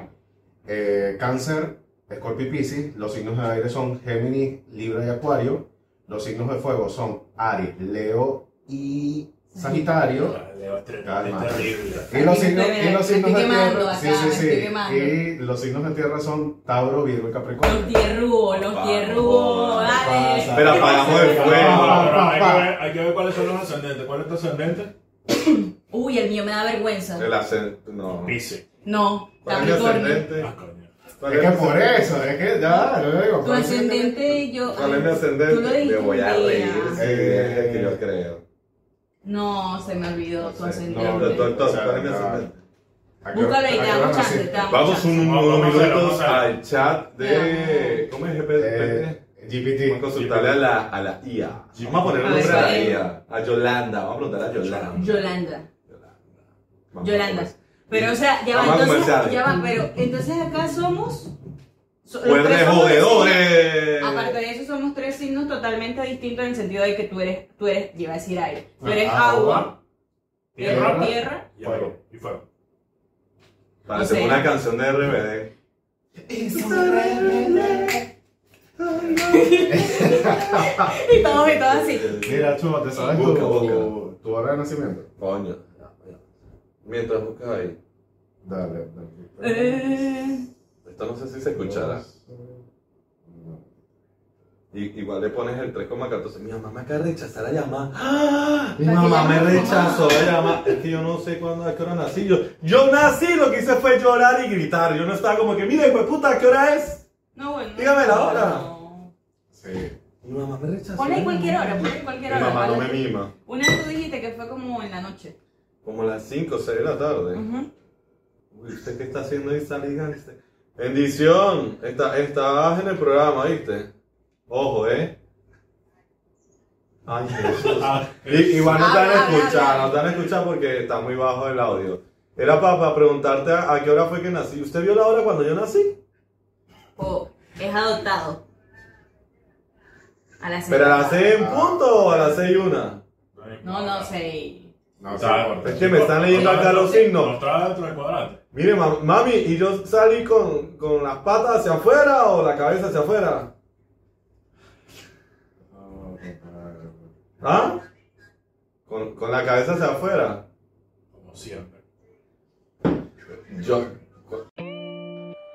S5: eh, cáncer, escorpio y piscis. Los signos de aire son Géminis, Libra y Acuario. Los signos de fuego son Aries, Leo y Sagitario. Calma.
S3: terrible.
S5: Y los
S2: Aquí
S5: signos,
S2: estoy-
S5: y los
S2: me
S5: signos
S2: estoy
S5: de
S2: quemando
S5: tierra.
S2: acá,
S5: sí, sí,
S2: me estoy
S5: sí.
S2: quemando.
S5: Y los signos de tierra son Tauro, Virgo y
S2: Los
S5: Capricornio.
S2: tierrubos, los
S1: Papá,
S2: tierrubos,
S1: no,
S2: dale.
S5: pasa.
S1: Pero apagamos el fuego.
S5: pa, pa,
S3: hay,
S5: pa.
S3: que ver, hay que ver cuáles son los ascendentes. ¿Cuál es tu ascendente?
S2: Uy, el mío me da vergüenza.
S1: El acento. No.
S3: Pisces.
S2: No,
S1: ¿Cuál es el
S2: Capricornio.
S1: ascendente?
S3: Ah, coño.
S1: ¿Cuál
S5: Es que por eso, es que ya, yo digo.
S2: Tu
S5: por eso es que-
S2: ascendente yo.
S1: ¿Cuál es mi
S2: ay, Tú lo
S1: ascendente?
S2: dijiste
S1: Me voy a
S2: un día.
S1: reír. Sí,
S5: Eh,
S1: es el que yo creo.
S2: No, se me olvidó tu
S1: No sé.
S2: ascendente.
S1: No, doctor,
S5: O sea,
S1: ¿cuál es mi
S5: no.
S1: ascendente?
S5: ¿A qué hora-
S2: Búscalo y
S5: a
S2: te
S5: qué hora
S2: damos
S5: nací?
S2: chance, te damos
S1: Vamos
S2: chance.
S1: un-
S3: Vamos,
S1: unos
S3: vamos a ver,
S1: minutos
S3: vamos a ver.
S1: al chat de. ¿Cómo es
S5: Eh,
S1: GPT? Vamos a
S5: GPT.
S1: consultarle a la, a la IA.
S3: Sí.
S1: Vamos a poner un
S2: A ver,
S1: nombre a la
S2: ¿cuál es?
S1: IA. A Yolanda. Vamos a preguntar a Yolanda.
S2: Yolanda.
S1: Yolanda. Vamos a
S2: Yolanda.
S1: comer.
S2: Pero, o sea, ya va,
S1: Vamos a
S2: entonces,
S1: comerciales.
S2: ya va, pero entonces acá somos. so- los
S1: ¡Pues de
S2: tres somos de signos-
S1: jodedores!
S2: Aparte de eso, somos tres signos totalmente distintos en el sentido de que tú eres, tú eres, lleva a decir aire, tú
S5: Ah,
S2: eres
S5: agua,
S2: agua,
S5: tierra,
S2: tierra, tierra.
S3: Y
S5: Fuego.
S3: fuego. Y fuego.
S1: Parece
S2: No sé.
S1: una canción de RBD.
S2: Y todos y todos así.
S1: Eh,
S5: Mira, Chuba, ¿te sabes
S1: Busca,
S5: tu, tu hora de nacimiento?
S1: Coño. Mientras buscas ahí.
S5: Dale, dale.
S2: Eh,
S1: Esto no sé si se escuchará. Y- igual le pones el 3,14. Mi mamá me acaba de rechazar la llamada. ¡Ah! Mi
S2: ¿Para qué
S1: mamá me
S2: llamas,
S1: rechazó la llamada. Es que yo no sé cuándo, a qué hora nací. Yo, yo nací, lo que hice fue llorar y gritar. Yo no estaba como que, mire, pues puta, ¿a qué hora es?
S2: No, bueno.
S1: Dígame la hora.
S2: No.
S5: Sí.
S1: Mi mamá me rechazó.
S2: Ponle
S1: la
S2: ahí cualquier
S1: llamada.
S2: hora, ponle ahí cualquier
S1: Mi
S2: hora.
S1: mamá no me
S2: ¿vale?
S1: mima.
S2: Una vez tú dijiste que fue como en la noche.
S1: Como las 5 o 6 de la tarde.
S2: Ujú.
S1: Uy, ¿usted qué está haciendo ahí, Sally Gangster? Bendición, está, estabas en el programa, ¿viste? Ojo, ¿eh? Ay, Jesús.
S3: Ah,
S1: Y- igual no te van
S2: Habla,
S1: a
S2: habla,
S1: escuchar,
S2: habla.
S1: no te van a escuchar porque está muy bajo el audio. Era para, preguntarte a, a qué hora fue que nací. ¿Usted vio la hora cuando yo nací?
S2: O es adoptado. A las seis.
S1: ¿Pero a las 6 en punto o a las 6 y una?
S2: No, no sé.
S5: No,
S3: O sea,
S5: sí, importa.
S1: Es que me están leyendo acá los signos.
S3: Nos trae dentro del cuadrante.
S1: Mire, ma- mami, ¿y yo salí con, con las patas hacia afuera o la cabeza hacia afuera?
S5: No, compadre.
S1: ¿Ah? Con, con la cabeza hacia afuera.
S3: Como siempre.
S1: Yo.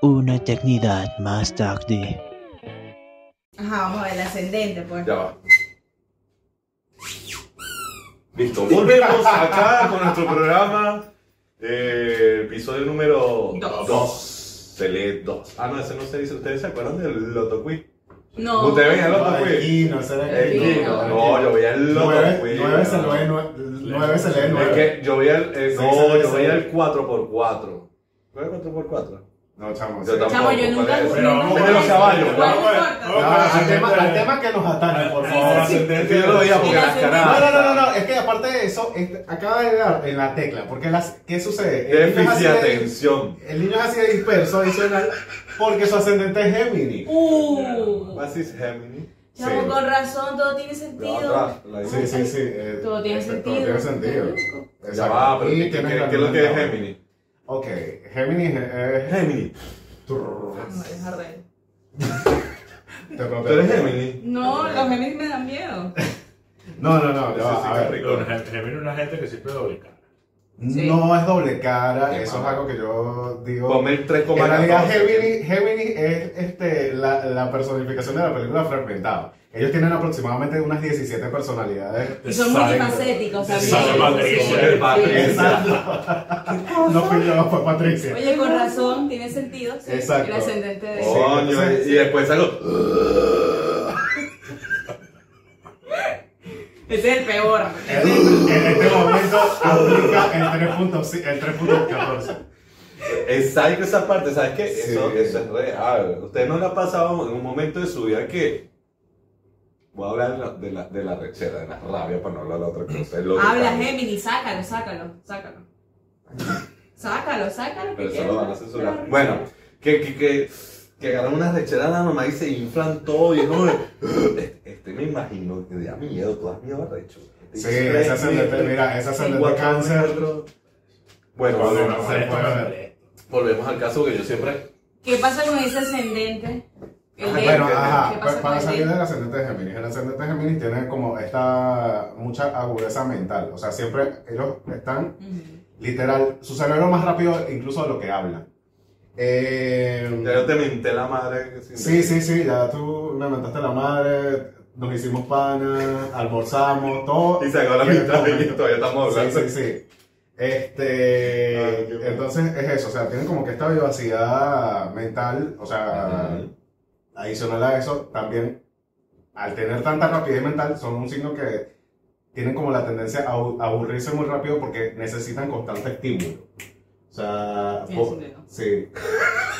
S6: Una eternidad más tarde.
S2: Ajá, vamos a ver, el ascendente, pues.
S1: Ya va. Listo, volvemos acá con nuestro programa. eh, episodio número
S2: Dos.
S1: 2. Se lee 2. Ah, no, ese no se dice. ¿Ustedes se acuerdan del Loto Quiz?
S2: No.
S1: ¿Usted veía el Loto
S5: No,
S1: Quiz?
S5: aquí no será
S2: El
S5: aquí,
S2: Quino.
S5: no,
S1: Eh, No, yo veía el Loto
S5: Nueve-
S1: Quiz.
S5: nueve se lee nue- nueve se lee
S1: Es
S5: nueve.
S1: que yo veía el. eh,
S5: Sí,
S1: no,
S5: sí,
S1: yo
S5: sí.
S1: veía el 4x4. ¿Cuál es el 4x4?
S5: No, chamo,
S1: Yo
S5: sí.
S1: tampoco.
S2: Chamo, yo nunca.
S1: Pero
S2: nunca-
S3: vamos
S1: a ver los caballos,
S2: Igual no
S1: vamos
S2: importa.
S5: No,
S1: Ah,
S5: al, tema, al tema que nos atañe, por
S3: Ah,
S5: favor.
S3: sí, sí, sí.
S1: Es que yo lo veía porque las
S5: No,
S1: caras.
S5: no, no, no, no, es que aparte de eso, este, acaba de dar en la tecla, porque las, ¿qué sucede? El niño, es así
S1: Déficit de
S5: de,
S1: atención.
S5: el niño es así de disperso adicional porque su ascendente es Gemini.
S2: Uh.
S1: What is Gemini?
S2: Chamo,
S5: Sí.
S2: con razón, todo tiene sentido.
S5: Sí, sí, sí. eh,
S2: Todo tiene
S5: este,
S2: sentido.
S5: Todo tiene sentido.
S1: Ya
S5: Exacto.
S1: va, pero
S5: Y
S1: ¿qué, qué,
S5: tienes
S1: qué-
S5: la
S1: qué es lo que
S5: luna en
S1: es
S5: la-
S1: Gemini?
S5: Ok, Gemini es...
S1: Gemini.
S2: No, es arre.
S1: ¿Tú eres Gemini?
S2: No, los Géminis me dan miedo.
S5: No, no, no, ya
S1: Sí,
S5: va,
S1: sí,
S5: a ver.
S1: Capricornio.
S3: Pero Gemini es una gente que siempre doble cara.
S2: Sí.
S5: No es doble cara,
S1: Qué
S5: eso es
S1: mamá.
S5: algo que yo digo.
S1: Ponme el
S5: En realidad,
S1: 3,14.
S5: Gemini, Gemini es este, la, la personificación de la película fragmentada. Ellos tienen aproximadamente unas 17 personalidades.
S2: Y son
S3: Exacto.
S2: multifacéticos
S3: Exacto,
S2: también.
S3: Patricia.
S1: El Patricia.
S5: No fui yo, fue Patricia.
S2: Oye, con razón, tiene sentido. sí,
S5: Exacto.
S2: El ascendente de.
S5: Oh.
S1: Coño, y- y después salgo.
S2: Ese Este es el peor.
S5: En, en este momento aplica el 3.5 el 3.14.
S1: Exacto, esa parte, ¿sabes qué?
S5: Sí.
S1: Eso, eso es real. Usted no le ha pasado en un momento de su vida que. Voy a hablar de la, de la, de la rechera, de la rabia, para no hablar de otra cosa. es lo que
S2: Habla
S1: está-
S2: Gemini, sácalo, sácalo, sácalo. Sácalo, sácalo.
S1: Pero
S2: que
S1: eso
S2: ya-
S1: lo van a censurar. Bueno, que, que, que, que agarran unas recheras la mamá y se inflan todo. Y es como. Este, este me imagino que da miedo, tú has miedo Este, arrecho.
S5: Sí, esa ascendente, mira, esa ascendente de cáncer.
S1: Bueno,
S5: Cuando
S1: volvemos,
S5: no se puede ver.
S1: volvemos al caso que yo siempre.
S2: ¿Qué pasa con ese ascendente? El de-
S5: Bueno,
S1: ¿Qué
S5: ajá,
S2: ¿qué
S5: pues
S2: pasa
S5: para
S2: con el
S5: salir
S2: de-
S5: del ascendente de Géminis, el ascendente de Géminis tiene como esta mucha agudeza mental, o sea, siempre ellos están
S2: Ujú.
S5: literal, su cerebro más rápido incluso de lo que hablan.
S1: Ya yo
S5: Eh,
S1: te menté la madre. sin-
S5: sí, sí, sí, ya tú me mentaste la madre, nos hicimos panas, almorzamos, todo.
S1: Y se acabó la
S5: Y en este
S1: mitad y
S5: momento.
S1: todavía estamos
S5: Sí,
S1: hablando.
S5: sí, sí.
S1: Ay,
S5: Este,
S1: qué bueno.
S5: entonces es eso, o sea, tienen como que esta vivacidad mental, o sea,
S1: Ujú.
S5: adicional a eso, también al tener tanta rapidez mental, son un signo que tienen como la tendencia a abu- aburrirse muy rápido porque necesitan constante estímulo. O sea,
S2: Tiene
S5: po-
S2: sentido.
S5: sí.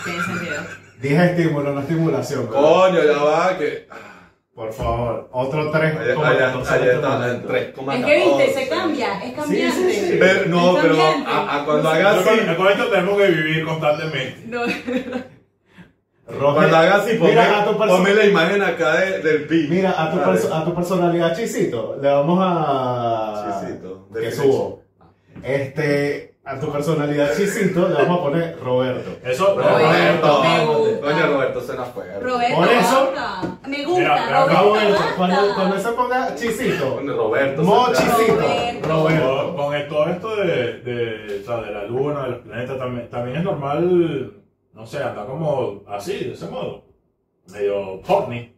S2: Tiene sentido.
S5: Dije estímulo, no estimulación. ¿verdad?
S1: Coño, ya va, que.
S5: Por favor, otro 3.
S1: Allá, allá, allá está, en 3,
S2: Es que viste, se cambia, es cambiante.
S5: eh. Sí, sí, sí.
S1: Pero, no,
S2: Es
S1: pero
S2: cambiante.
S1: a, a cuando haga
S3: Yo
S1: así.
S3: Con, con esto tenemos que vivir constantemente.
S2: No,
S1: Cuando haga así, ponme,
S5: Mira a tu persona.
S1: ponme la imagen acá de- del pi.
S5: Mira, a tu,
S1: Dale.
S5: perso- a tu personalidad, Chisito, le vamos a...
S1: Chisito,
S5: Ah, Que
S1: definition.
S5: subo. Este, a tu personalidad, Chisito, le vamos a poner Roberto.
S3: Eso,
S1: Roberto,
S2: Roberto, me
S1: Roberto.
S2: gusta.
S1: Coño, Roberto se nos fue.
S2: Roberto,
S5: Por eso-
S2: basta. Me
S3: Mira, pero
S2: gusta,
S3: acabo
S2: Roberto,
S5: Roberto, cuando, cuando
S2: basta.
S5: se ponga Chisito,
S1: Coño, Roberto.
S5: Mo
S1: se-
S5: Chisito,
S2: Roberto.
S3: Con,
S5: Roberto.
S3: con el- todo esto de, de, o sea, de la luna, de los planetas, también, también es normal, no sé, andar como así, de ese modo. Medio horny.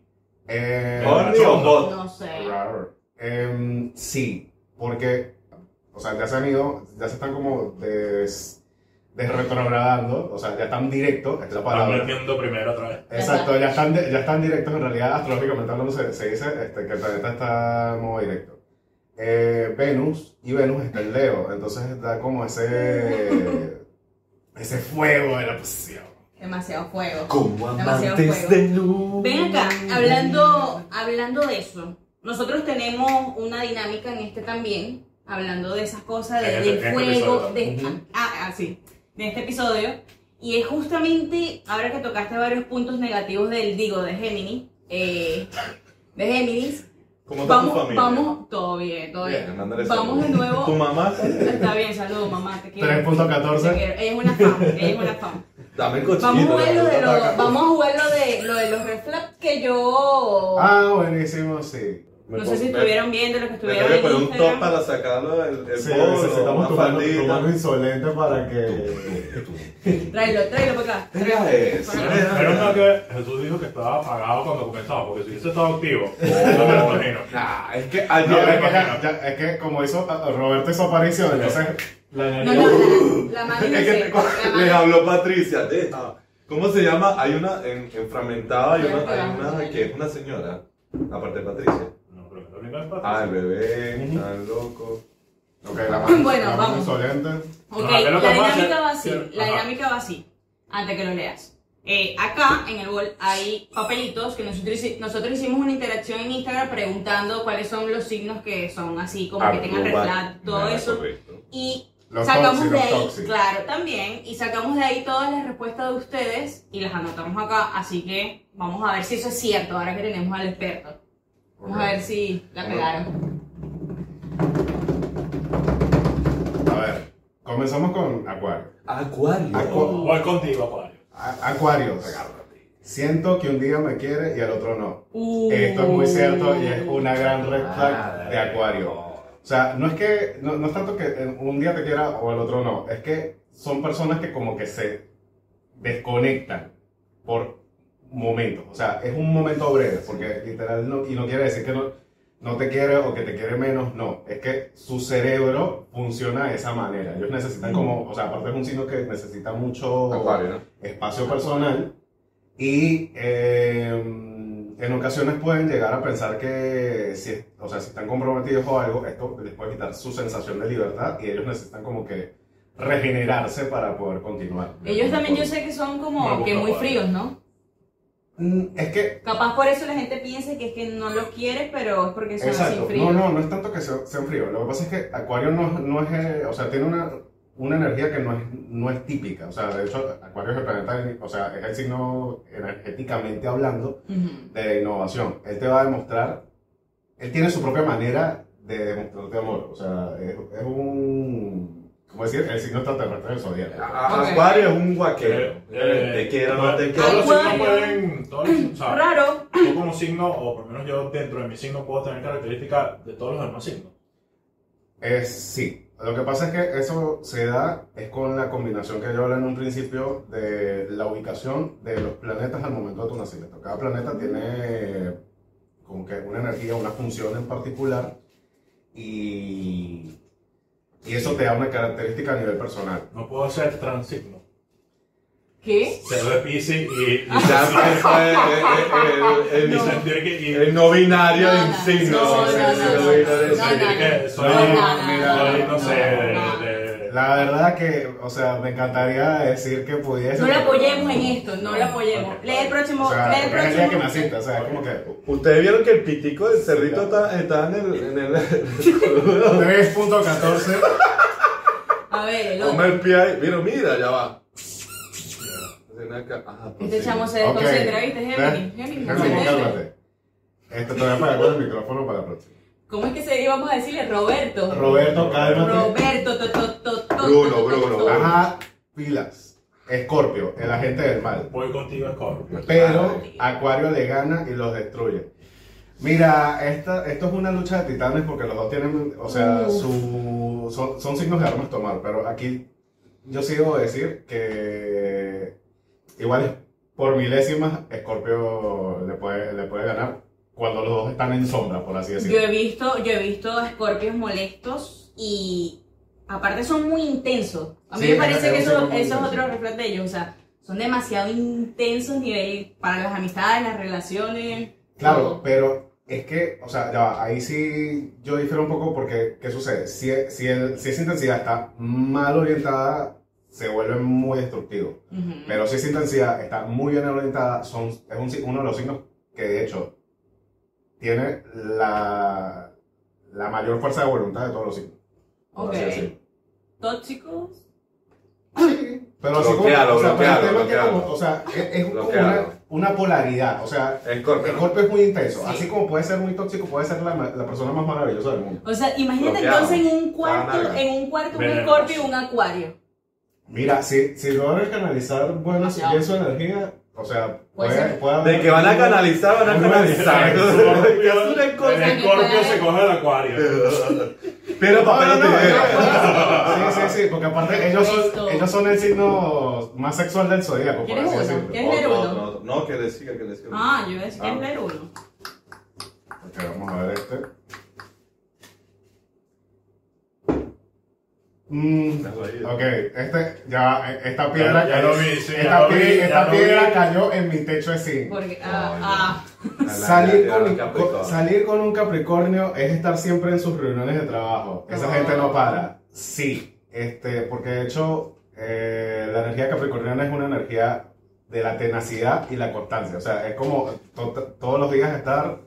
S5: Eh,
S1: Horny o bot.
S2: No sé.
S5: Raro. Em, sí, porque, o sea, ya se han ido, ya se están como des, desretrogradando, o sea, ya están directos, esa
S3: Están
S5: palabra.
S3: metiendo primero otra vez.
S5: Exacto, ya están, ya están directos en realidad, astrológicamente hablando, se, se dice este, que el planeta está en modo directo. Eh, Venus y Venus está en Leo, entonces da como ese, ese fuego de la posición.
S2: Demasiado fuego.
S1: Como
S2: Demasiado
S1: amantes
S2: fuego.
S1: de luz.
S2: Ven acá, hablando, hablando de eso, nosotros tenemos una dinámica en este también, hablando de esas cosas, de-
S3: En este-
S2: del
S3: en este
S2: fuego,
S3: episodio.
S2: de,
S1: Ujú.
S2: ah, ah, sí, de este episodio, y es justamente, ahora que tocaste varios puntos negativos del, digo, de Géminis, eh, de Géminis,
S1: ¿Cómo está tu
S2: vamos,
S1: familia?
S2: vamos, todo bien, todo bien,
S1: Bien, mándale
S2: vamos de
S1: saludos. ¿Tu
S2: nuevo,
S1: mamá?
S2: está bien, saludos mamá, te quiero, te
S5: 3.14.
S2: quiero, ella es una fan, ella es una fan.
S1: Dame el cochino.
S2: Vamos a jugar lo de,
S1: dame
S2: los,
S1: acá.
S2: vamos a jugar lo de, lo de los reflaps que yo...
S5: Ah, buenísimo, sí.
S1: Me
S2: No
S1: pon-
S2: sé si
S1: me-
S2: estuvieron viendo lo que
S1: Me tengo que
S2: estuvieron
S1: poner
S2: en
S1: un top
S2: Instagram.
S1: para sacarlo del el
S5: Sí,
S1: polo,
S5: necesitamos tu
S1: una
S5: mano, tu
S1: faldita.
S5: mano insolente para que...
S2: Tráelo, tráelo para acá.
S1: Mira eso,
S2: para acá.
S1: mira.
S3: Pero no que Jesús dijo que estaba apagado cuando comenzaba, porque si hubiese estado activo, no me lo imagino.
S1: Nah, es que
S5: No, es,
S2: Ah,
S1: ayer.
S5: que ya- ya- es que como hizo ah, Roberto hizo aparición, entonces... La
S2: No, no, Ah, la, la mano
S1: Uh, Es que te-
S2: inocente,
S1: les
S2: la mano-
S1: habló Patricia. de- ah, ¿Cómo se llama? Hay una en, en fragmentada, hay una, hay una que es una señora. Aparte de Patricia.
S3: No, pero lo único es
S1: Ah, el
S3: para
S1: bebé, tan loco.
S5: Ok, la mano,
S2: Bueno,
S5: la mano
S2: vamos.
S5: insolente.
S2: Ok,
S3: Ajá, ¿qué es lo
S2: la
S3: Ah, que pasa?
S2: dinámica va así. La
S3: Ajá.
S2: dinámica va así. Antes que lo leas. Eh, acá en el bol hay papelitos que nosotros, hici- nosotros hicimos una interacción en Instagram preguntando cuáles son los signos que son así,
S1: Ah,
S2: como que tengan reflap, todo eso. Y
S5: Los
S2: sacamos
S5: toxi,
S2: de
S5: los
S2: ahí,
S5: toxi.
S2: claro, también, y sacamos de ahí todas las respuestas de ustedes y las anotamos acá, así que vamos a ver si eso es cierto, ahora que tenemos al experto. Vamos a ver si la
S5: Ok.
S2: pegaron.
S5: A ver, comenzamos con Acuario.
S1: Acuario.
S5: Acu-
S3: Voy contigo, Acuario.
S5: A- Acuarios. Siento que un día me quiere y al otro no.
S2: Uh.
S5: Esto es muy cierto y es una gran red flag de Acuario. O O sea, no es que, no, no es tanto que en un día te quiera o el otro no, es que son personas que como que se desconectan por momentos, o sea, es un momento breve, porque literal, no, y no quiere decir que no, no te quiere o que te quiere menos, no, es que su cerebro funciona de esa manera, ellos necesitan como, o sea, aparte es un signo que necesita mucho
S1: Acuario, ¿no?
S5: espacio personal y eh, en ocasiones pueden llegar a pensar que si, o sea, si están comprometidos o algo, esto les puede quitar su sensación de libertad y ellos necesitan como que regenerarse para poder continuar.
S2: Ellos también yo sé que son
S3: Me
S2: como
S3: gusta,
S2: que muy
S3: vale.
S2: fríos, ¿no?
S5: Mm, Es que,
S2: Capaz por eso la gente piensa que es que no los quiere, pero es porque son así
S5: exacto, no,
S2: fríos.
S5: no, no es tanto que sea- sean fríos, lo que pasa es que Acuario no, no es, eh, o sea, tiene una, una energía que no es, no es típica, o sea, de hecho, Acuario es el planeta, o sea, es el signo energéticamente hablando
S2: Ujú.
S5: de innovación. Él te va a demostrar, él tiene su propia manera de demostrarte amor. O sea, es, es un, ¿cómo decir? El signo extraterrestre del zodiaco.
S1: A- a-
S2: Ok.
S1: Acuario es un guaquero.
S3: Eh, eh,
S1: te quiero, no te
S3: Todos
S1: quiero.
S3: los signos
S2: Acuario.
S3: pueden. Todos los, o
S5: Ah.
S3: sea,
S2: Raro.
S3: tú como signo, o por lo menos yo dentro de mi signo, puedo tener características de todos los demás signos.
S5: Es, sí. Lo que pasa es que eso se da es con la combinación que yo hablé en un principio de la ubicación de los planetas al momento de tu nacimiento. Cada planeta tiene como que una energía, una función en particular y, y eso te da una característica a nivel personal.
S3: No puedo ser transigno.
S2: ¿Qué?
S3: Se lo de Pisces y. y-
S1: Ya fue eh, el, el- el-
S3: y
S1: el-
S3: sentir que. y-
S1: el no binario
S2: Nada.
S1: en signo.
S2: No,
S5: no,
S1: no
S5: no, no,
S1: binario en
S2: no,
S1: signo.
S3: sentir que soy.
S5: No,
S3: soy,
S5: mira,
S3: no sé, de-
S2: no.
S3: de-
S5: La verdad que, o sea, me encantaría decir que pudiese.
S2: No lo apoyemos en esto, no lo apoyemos.
S3: Ok.
S2: Lee el próximo,
S5: O sea,
S2: lee el
S5: porque es el día que
S2: próximo.
S5: naciste, o sea, es como que.
S1: Ustedes vieron que el pitico del cerrito está, está en el. En el
S5: 3.14.
S2: A ver, el
S1: Toma
S2: otro.
S1: el pie ahí. Mira, mira, ya va. Ven acá. Ajá, pues
S2: Este
S1: sí.
S2: chamo se
S5: Ok.
S2: desconcentra, ¿viste?
S5: ¿Ves?
S2: Géminis, Géminis.
S5: Géminis, cálmate. Este, te voy a apagar el micrófono para la próxima.
S2: ¿Cómo es que se íbamos a decirle Roberto?
S5: Roberto, cálmate.
S2: Roberto, to, to, to, to,
S1: Bruno,
S2: to, to,
S1: Bruno,
S2: to, to.
S1: Bruno.
S5: Ajá, pilas. Escorpio, el agente del mal.
S3: Voy contigo, Scorpio.
S5: Pero Acuario le gana y los destruye. Mira, esta, esto es una lucha de titanes porque los dos tienen, o sea, su, son, son signos de armas tomar, pero aquí yo sí debo decir que igual es por milésimas Scorpio le puede, le puede ganar cuando los dos están en sombra, por así
S2: Yo
S5: decirlo.
S2: he visto, yo he visto escorpios molestos y aparte son muy intensos. A mí
S5: Sí,
S2: me parece
S5: es-
S2: que
S5: es
S2: eso,
S5: un
S2: eso es
S5: signo muy
S2: otro reflejo de ellos. O sea, son demasiado intensos nivel para las amistades, las relaciones.
S5: Claro,
S2: todo.
S5: pero es que, o sea, ya va, ahí sí yo difiero un poco porque, ¿qué sucede? Si, si, el- si esa intensidad está mal orientada, se vuelve muy destructivo.
S2: Ujú.
S5: Pero si esa intensidad está muy bien orientada, son, es un si- uno de los signos que de hecho tiene la, la mayor fuerza de voluntad de todos los signos. por así
S2: Ok.
S5: decirlo.
S2: Tóxicos.
S5: Pero así como,
S1: Bloquealo,
S5: o sea, pero
S1: bloquealo,
S5: el tema es que como-
S1: bloquealo.
S5: o sea, es, es como
S1: Bloquealo.
S5: una, una polaridad. O sea,
S1: Escorpio.
S5: el
S1: ¿no?
S5: golpe es muy intenso.
S2: Sí.
S5: Así como puede ser muy tóxico, puede ser la, ma- la persona más maravillosa del mundo.
S2: O sea, imagínate
S1: Bloqueado.
S2: entonces en un cuarto,
S1: Cámara.
S2: en un cuarto un
S3: Veneno.
S2: escorpio y un acuario.
S5: Mira, si, si logras canalizar bueno,
S2: Demasiado.
S5: bien su energía, o sea,
S2: Puede
S5: puede,
S2: ser.
S5: puede haber-
S1: De que van a canalizar, van a canalizar. Es una
S3: Scorpio-
S1: cosa.
S3: El Scorpio se coge el acuario.
S1: Pero papel o
S5: No, no, no,
S1: tijera.
S5: no. Sí, sí, sí, porque aparte ellos
S2: Esto.
S5: son, ellos son el signo más sexual del zodíaco, por
S2: ¿Quieres
S5: así
S2: uno?
S5: decirlo.
S2: ¿Quieres leer
S1: Otro,
S2: uno?
S1: otro, otro. No, que le siga, que le siga.
S2: Ah, yo iba a decir que
S5: Ah.
S2: es leer uno.
S5: Ok, vamos a ver este. Mm,
S1: Déjalo ahí.
S5: ok, este, ya, eh, esta piedra,
S3: Ya- ya
S5: cayó-
S3: lo vi, sí, ya
S5: esta
S3: lo vi,
S5: pi-
S3: ya
S5: esta
S3: lo vi.
S5: piedra cayó en mi techo de zinc.
S2: Porque, ah,
S1: La- la-
S5: Salir
S1: la-
S5: con,
S1: la Capricornio.
S5: con- salir con un Capricornio es estar siempre en sus reuniones de trabajo. Esa
S2: No.
S5: gente no para. Sí, este, porque de hecho eh, la energía capricorniana es una energía de la tenacidad y la constancia. O sea, es como to- todos los días estar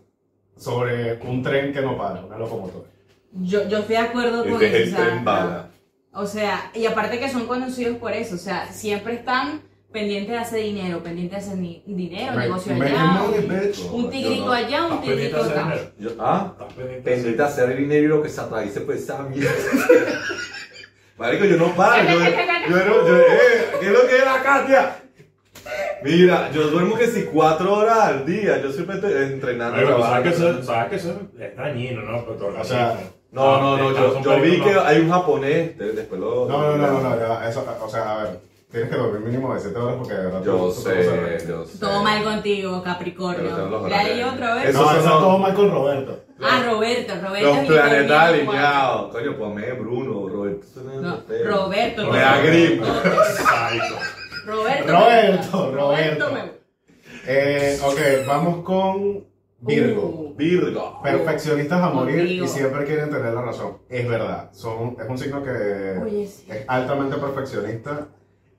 S5: sobre un tren que no para, una locomotora.
S2: ah, yo, yo estoy de acuerdo con
S1: Este es el
S2: eso, o sea,
S1: tren bala.
S2: O sea, y aparte que son conocidos por eso, o sea, siempre están pendientes de hacer dinero, pendientes de hacer ni- dinero,
S5: Me-
S2: negocio
S5: me
S2: allá,
S5: llamo de bitch.
S2: un, un
S1: Yo
S2: tigrito
S1: no.
S2: allá, un
S3: Estás pendiente
S2: tigrito
S3: de hacer
S2: acá.
S3: dinero.
S1: Yo- ¿Ah?
S3: Estás pendiente de hacer
S1: Pendiente a hacer dinero y lo que se atraviese por esa mierda. Marico, yo no paro. Yo, yo, no- yo- eh, ¿Qué es lo que es la Katia? Mira, yo duermo que si cuatro horas al día. Yo siempre estoy entrenando.
S3: Oye, pero
S1: trabajando.
S3: sabes que eso, sabes que eso es dañino, ¿no? Pero todo el
S5: O sea,
S3: racismo.
S1: No, no, no,
S3: Ah,
S1: yo,
S3: son
S1: yo vi que
S3: películas.
S1: hay un japonés, de- después lo...
S5: No, no, no, no, no, ya, eso, o sea, a ver, tienes que dormir mínimo de 7 horas porque de verdad
S1: Yo
S5: tú- tú te vas a
S1: sé,
S5: ver.
S1: yo sé.
S2: Todo mal contigo,
S1: Pero están los
S2: Capricornio. La
S1: horarios.
S2: leí otra vez.
S1: Eso
S5: No,
S1: son
S5: eso es
S1: los-
S5: todo mal con Roberto.
S2: Ah, Roberto, Roberto.
S1: Los
S2: es mi
S1: planetas
S2: Capricornio, Juan.
S1: alineados. Coño, ponme Bruno, Roberto.
S2: No, Roberto.
S1: Me da gripe.
S3: Psycho.
S2: Roberto.
S5: Roberto, Roberto.
S2: me-
S5: Eh, ok, vamos con Virgo.
S2: Uh,
S1: Virgo.
S5: Perfeccionistas a morir
S2: Contigo.
S5: y siempre quieren tener la razón. Es verdad, son, es un signo que
S2: Oye, sí.
S5: es altamente perfeccionista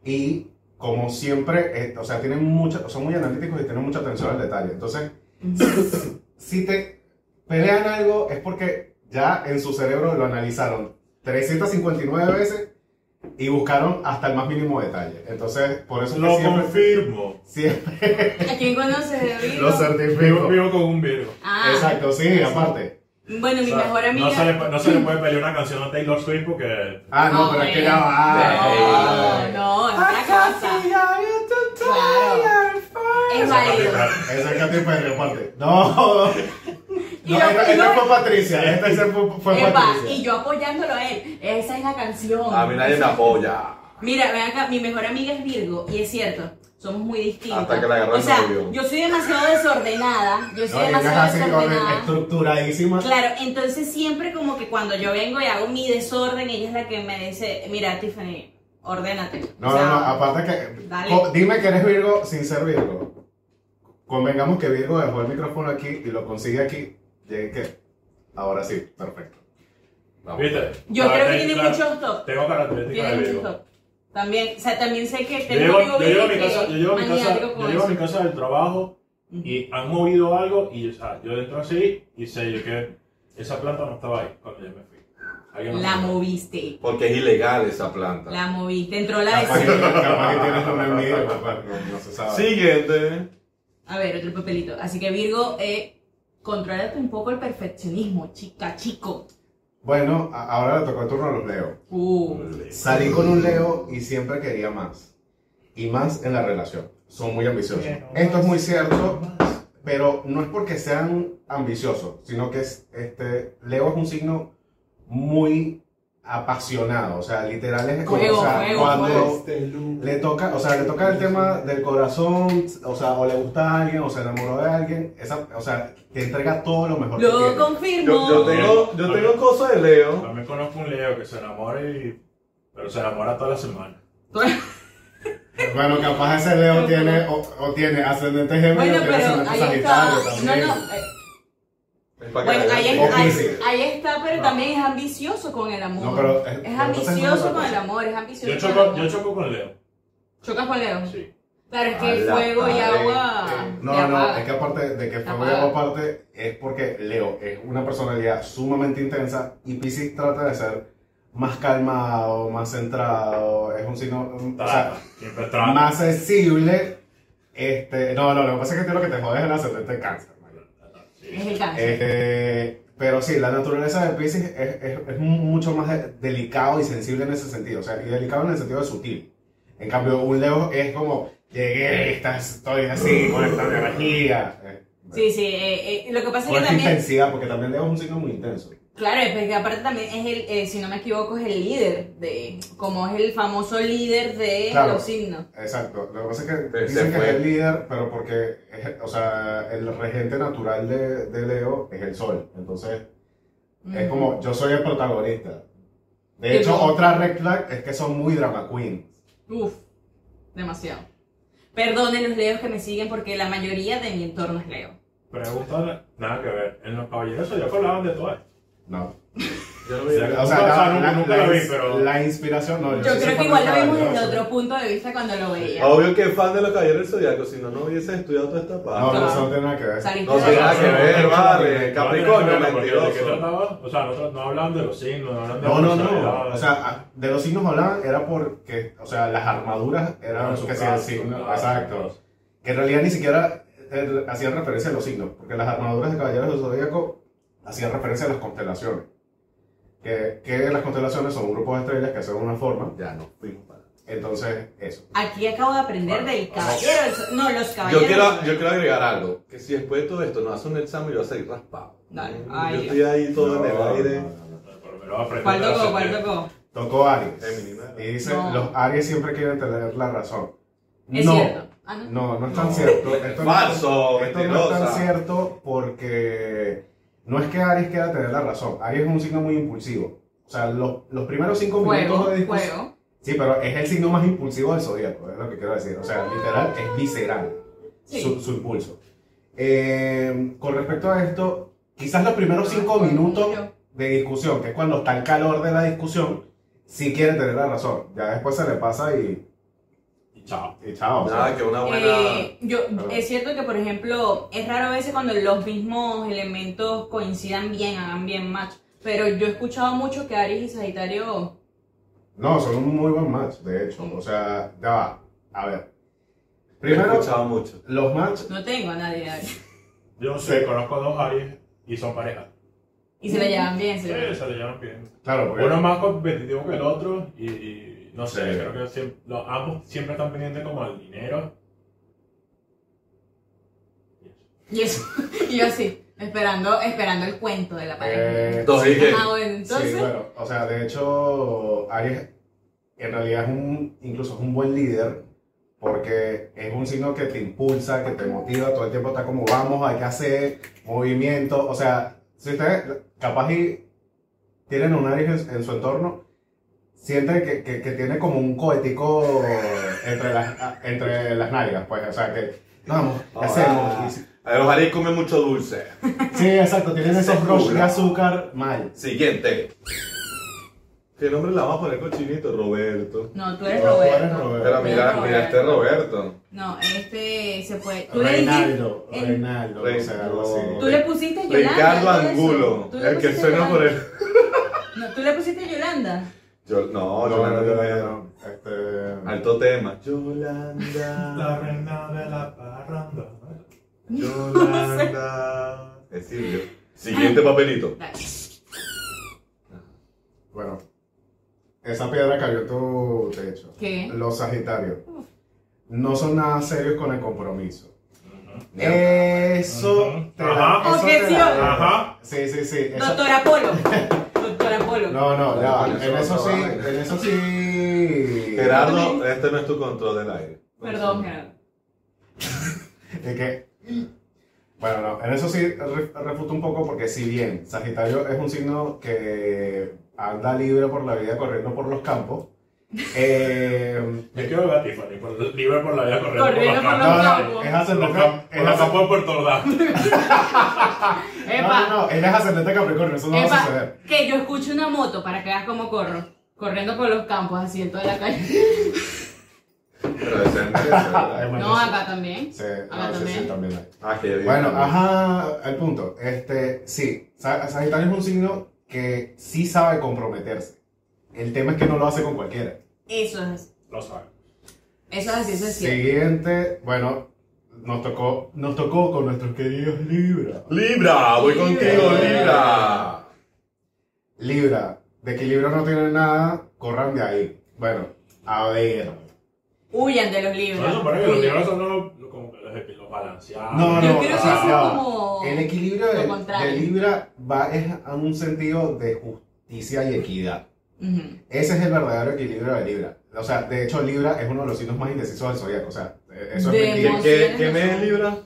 S5: y como siempre, eh, o sea, tienen mucha, son muy analíticos y tienen mucha atención al detalle. Entonces, si te pelean algo es porque ya en su cerebro lo analizaron 359 veces y buscaron hasta el más mínimo detalle. Entonces, por eso es que
S3: Lo
S5: siempre,
S3: confirmo.
S5: siempre
S2: ¿A quién conoces de Virgo?
S5: lo certifico.
S3: Vivo, vivo con un Virgo.
S2: Ah,
S5: Exacto, sí, aparte.
S2: Bueno,
S3: O
S2: mi
S3: sea,
S2: mejor amiga.
S3: No se, le, pu- no se le puede pelear una canción a Taylor Swift porque.
S5: Ah, no, pero es que ya va.
S2: No, no, es otra
S5: Ah,
S2: cosa. Claro. Es válido.
S5: Esa es Katy Perry, aparte. No. no
S2: Y lo-
S5: esta,
S2: y lo-
S5: esta fue Patricia. Esta esa fue, fue
S2: Epa,
S5: Patricia.
S2: y yo apoyándolo a él. Esa es la canción.
S1: A mí nadie me apoya.
S2: Mira, ven acá, mi mejor amiga es Virgo y es cierto, somos muy distintas.
S1: Hasta que la agarró
S2: o
S1: el
S2: sea,
S1: novio.
S2: yo soy demasiado desordenada, yo soy
S5: No, ella es
S2: demasiado
S5: así, con
S2: desordenada.
S5: estructuradísima.
S2: Claro, entonces siempre como que cuando yo vengo y hago mi desorden, ella es la que me dice, mira Tiffany, ordénate.
S5: No,
S2: O sea,
S5: no, no, aparte que.
S2: dale.
S5: co- Dime que eres Virgo sin ser Virgo. Convengamos que Virgo dejó el micrófono aquí y lo consigue aquí. Llegué que. Ahora sí, perfecto.
S1: Vamos.
S3: ¿Viste?
S2: Yo
S3: Claro,
S2: creo que
S3: te-
S2: tiene
S3: claro,
S2: muchos top.
S3: Tengo
S2: Tiene
S3: características de
S2: muchos
S3: Virgo.
S2: top. También, o sea, también sé que
S3: Yo
S2: tengo
S3: llego,
S2: amigo
S3: yo llego a
S2: Virgo que
S3: mi casa, yo llego a mi casa,
S2: maniático con
S3: yo llego a mi
S2: eso.
S3: casa del trabajo y han movido algo y o sea, yo entro así y sé yo que esa planta no estaba ahí cuando yo me fui. Alguien
S2: La
S3: movió.
S2: moviste,
S1: Porque es ilegal esa planta.
S2: la moviste, entró la
S5: Capaz que,
S2: vecina.
S5: capaz que tienes una envidia, papá. No, no se sabe.
S1: Siguiente.
S2: A ver, otro papelito. Así que Virgo, eh, contrólate un poco el perfeccionismo, chica, chico.
S5: Bueno, a- ahora le tocó el turno a los Leo.
S2: Uh,
S5: Salí con un Leo y siempre quería más. Y más en la relación. Son muy ambiciosos. Esto es muy cierto, pero no es porque sean ambiciosos, sino que es, este, Leo es un signo muy apasionado. O sea, literal es
S2: Fuego,
S5: o sea,
S2: fuego,
S5: cuando
S2: fuego.
S1: este
S5: le toca, o sea, le toca el tema del corazón, o sea, o le gusta a alguien, o se enamoró de alguien, esa, o sea, te entrega todo lo mejor. que
S2: lo
S5: tiene.
S2: confirmo.
S1: Yo, yo tengo, yo tengo cosas de Leo.
S3: También conozco un Leo que se enamora y... Pero se enamora toda la semana.
S5: Bueno, capaz ese Leo tiene, o, o tiene ascendente gemelo,
S2: bueno,
S5: tiene
S2: pero
S5: ascendente
S2: ahí
S5: sagitario
S2: está. No,
S5: también.
S2: no. eh,
S1: Es para que
S2: Bueno,
S1: la
S2: ahí,
S1: veas.
S5: es-
S2: ahí-
S5: Piscis.
S2: ahí está, pero también es ambicioso con el amor.
S5: No, pero es-
S2: es,
S5: pero entonces no es
S2: ambicioso
S5: otra
S2: con el
S5: cosa.
S2: amor, es ambicioso
S3: Yo
S2: con el
S3: choco,
S2: amor.
S3: yo choco con Leo.
S2: ¿Chocas con Leo?
S3: Sí.
S2: Claro, es
S1: A
S2: que el
S1: la
S2: fuego y
S1: pared,
S2: agua.
S1: eh.
S2: te
S5: No, no,
S2: apaga.
S5: es que aparte de que fue
S2: Apaga.
S5: Leo aparte, es porque Leo es una personalidad sumamente intensa y Pisces trata de ser más calmado, más centrado, es un signo, mm, o sea,
S3: Siempre trata.
S5: más sensible. Este, no, no, lo que pasa es que tú lo que te jodes es el ascendente cáncer. marico.
S2: Es el cáncer.
S5: Este, pero sí, la naturaleza de Pisces es, es- es mucho más de- delicado y sensible en ese sentido, o sea, y delicado en el sentido de sutil. En cambio, un Leo es como, llegué, estás, estoy así, con esta energía. eh,
S2: Sí, sí. eh, eh, lo que pasa es
S5: Por
S2: que
S5: esta
S2: también.
S5: intensidad, porque también Leo es un signo muy intenso.
S2: Claro, es que aparte también es el, eh, si no me equivoco, es el líder de, como es el famoso líder de
S5: Claro.
S2: los signos.
S5: Exacto. Lo que pasa es que
S1: Se- se
S5: dicen que
S1: fue.
S5: es el líder, pero porque, es- o sea, el regente natural de, de Leo es el sol. Entonces, es
S2: Ujú.
S5: como, yo soy el protagonista. De
S2: Qué
S5: hecho,
S2: bueno.
S5: otra red flag es que son muy drama queen.
S2: Uf, demasiado. Perdonen los leos que me siguen porque la mayoría de mi entorno es leo.
S3: Preguntan, nada que ver. En los caballeros ya hablaban de todo esto.
S5: No.
S1: Yo no
S3: O sea,
S1: veía-
S5: O sea, la,
S3: nunca,
S5: la-
S3: nunca
S5: la
S3: lo vi,
S5: ins-
S3: pero...
S5: la inspiración, no.
S2: Yo
S5: sí soy
S2: creo que
S5: fan
S2: igual lo
S5: de
S2: vimos
S5: Caballeros.
S2: desde otro punto de vista cuando lo veía.
S1: Obvio que es fan de los caballeros del zodiaco, si no, no hubiese estudiado toda esta
S5: No,
S1: parte.
S5: no, eso no tiene nada que ver.
S2: Saliste
S1: No
S2: de
S1: tiene
S2: la-
S1: nada que ver, vale. Capricornio,
S3: ¿De qué
S1: mentiroso.
S3: trataba? O sea, no, no hablaban de los signos, no hablaban de
S5: No, no, no.
S3: personalidades.
S5: O sea, a- de los signos hablaban era porque, o sea, las armaduras eran
S3: Eran
S5: que
S3: sus
S5: hacían
S3: cascos,
S5: signos.
S3: claro,
S5: Exacto.
S3: claro.
S5: Que en realidad ni siquiera eh, hacían referencia a los signos, porque las armaduras de caballeros del zodíaco hacían referencia a las constelaciones. Que, que las constelaciones son un grupo de estrellas que hacen una forma.
S1: Ya no fuimos para.
S5: Entonces, eso.
S2: Aquí acabo de aprender
S5: Bueno,
S2: del
S5: vamos.
S2: caballero. del Zod- No, los caballeros.
S1: Yo quiero,
S2: del
S1: yo
S2: Zod.
S1: quiero agregar algo, que si después de todo esto no hace un examen, yo voy a salir raspado.
S2: Dale.
S4: Yo
S2: Ay,
S4: estoy ahí todo en el
S5: No,
S4: aire.
S5: no, no, no.
S3: Pero me lo va a aprender.
S2: ¿Cuál
S3: a
S2: tocó?
S3: hacer
S2: ¿Cuál
S3: bien.
S2: tocó?
S5: Tocó Aries.
S1: Eminem, ¿no?
S5: Y dice,
S2: No.
S5: los Aries siempre quieren tener la razón.
S2: Es
S5: no,
S2: cierto. Ah, no.
S5: no, no es
S1: No.
S5: tan cierto. Esto no-
S1: Falso,
S5: Esto no es tan
S1: mentirosa.
S5: cierto porque no es que Aries quiera tener la razón. Aries es un signo muy impulsivo. O sea, los, los primeros cinco
S2: Juego,
S5: minutos de discusión.
S2: juego.
S5: Sí, pero es el signo más impulsivo del zodiaco, es lo que quiero decir. O sea, literal, es visceral
S2: Sí.
S5: su, su impulso. Eh, con respecto a esto, quizás los primeros
S2: Ah,
S5: cinco minutos de discusión, que es cuando está el calor de la discusión, sí quieren tener la razón. Ya después se le pasa y,
S3: Y chao.
S5: y chao. o sea,
S1: Nada, que una buena.
S2: Eh, yo,
S5: Perdón.
S2: es cierto que, por ejemplo, es raro a veces cuando los mismos elementos coincidan bien, hagan bien match. Pero yo he escuchado mucho que Aries y Sagitario.
S5: no, son un muy buen match, de hecho. O sea, ya va. A ver.
S1: He
S5: Primero,
S1: escuchado mucho.
S5: los match
S2: No tengo a nadie de Aries.
S3: Yo sí, conozco a dos Aries y son pareja.
S2: Y se la llevan bien,
S3: Sí,
S2: se la-
S3: se le llevan bien.
S5: Claro, porque-
S3: Uno más competitivo que el otro y, y no sé,
S5: Sí.
S3: creo que siempre, los, ambos siempre están pendientes como al dinero.
S2: Y eso, y yo así, esperando, esperando el cuento de la pareja.
S5: Eh,
S1: Dos,
S5: sí,
S1: ¿y qué?
S2: Ah, bueno, entonces.
S5: Sí, bueno, o sea, de hecho, Aries en realidad es un, incluso es un buen líder porque es un signo que te impulsa, que te motiva, todo el tiempo está como vamos, hay que hacer movimiento, o sea, si ustedes capaz y tienen un Aries en, en su entorno, sienten que, que- que tiene como un cohetico entre las, entre las nalgas, pues, o sea, que vamos,
S1: Ah.
S5: ¿qué hacemos? Y si-
S1: A ver, ojalá y come mucho dulce.
S5: Sí, exacto, tienen esos rush de
S1: Segura.
S5: azúcar mal.
S1: Siguiente.
S4: ¿Qué nombre la vamos a poner cochinito? Roberto.
S2: No, tú eres
S5: No, tú
S2: Roberto.
S5: eres Roberto.
S1: Pero mira,
S2: Roberto.
S1: mira este Roberto.
S2: No, este se fue. Tú le dijiste.
S5: Reinaldo,
S2: el-
S5: Reinaldo, no sé, algo
S2: Tú
S5: así.
S2: le pusiste Yolanda.
S1: Ricardo
S2: todo eso.
S1: Angulo,
S2: Tú le
S1: el que
S2: pusiste
S1: suena por
S2: Yolanda.
S1: el.
S2: No, tú le pusiste Yolanda.
S1: Yo, no,
S5: No,
S1: Yolanda,
S5: no, no,
S1: Yolanda.
S5: no, este,
S1: Alto tema.
S3: La
S1: Yolanda.
S3: reina de la parranda.
S1: Yolanda. Es Silvio. Siguiente papelito.
S2: Dale.
S5: Bueno, esa piedra cayó en tu techo.
S2: ¿Qué?
S5: Los Sagitarios no son nada serios con el compromiso.
S3: Ujú.
S5: Eso te da-
S3: Ajá.
S5: eso te
S2: Objeción.
S5: da-
S3: Ajá.
S5: Sí, sí, sí. eso-
S2: Doctora Polo. Doctora Polo.
S5: No, no, ya va,
S1: Eso
S5: En eso
S1: no
S5: sí,
S1: vale.
S5: en eso sí.
S1: Gerardo, este no es tu control del aire.
S2: Perdón, Gerardo.
S5: De que- bueno, no, en eso sí re- refuto un poco porque si bien Sagitario es un signo que anda libre por la vida corriendo por los campos, eh,
S3: Yo quiero ver a Tiffany, por- libre por la vida corriendo.
S2: Corriendo por
S3: por
S2: los
S5: no,
S3: campos.
S5: no, es ascendente, Cap-
S3: Por
S5: es
S3: los
S5: ascendente-
S3: campos de Puerto Ordaz.
S5: no,
S2: Epa,
S5: no, no, ella es ascendente Capricornio, eso no va a
S2: epa,
S5: suceder.
S2: que yo escucho una moto para que veas cómo corro. Corriendo por los campos, así en toda la calle.
S1: Pero decente, ¿verdad?
S5: Bueno,
S2: No,
S5: sí,
S2: acá también.
S5: sí,
S2: acá
S5: no, sí, sí,
S2: también.
S5: también hay.
S1: Ah, qué bien.
S5: Bueno, ajá, el punto. Este, sí, Sa- Sagitario es un signo que sí sabe comprometerse. El tema es que no lo hace con cualquiera.
S2: Eso es así.
S3: Lo sabe.
S2: Eso es así, Ah, eso es cierto.
S5: Siguiente, bueno, nos tocó, nos tocó con nuestros queridos Libra.
S1: Libra, voy
S2: Libra.
S1: contigo, Libra.
S5: Libra, de que Libra no tiene nada, corran de ahí. Bueno, a ver.
S2: Huyan de los
S3: No se
S2: libros.
S3: supone que los libros son los, los- como que los, los balanceados.
S5: No,
S2: Yo creo
S5: no,
S2: que
S5: ah,
S2: eso es
S5: ya va.
S2: como.
S5: El equilibrio
S2: lo
S5: de,
S2: contrario.
S5: de Libra va es a un sentido de justicia y equidad.
S2: Ujú.
S5: Ese es el verdadero equilibrio de Libra. O sea, de hecho, Libra es uno de los signos más indecisos del zodiaco. O sea, eh, eso
S2: De
S5: es mentira.
S2: emoción.
S1: ¿Qué, qué me es Libra?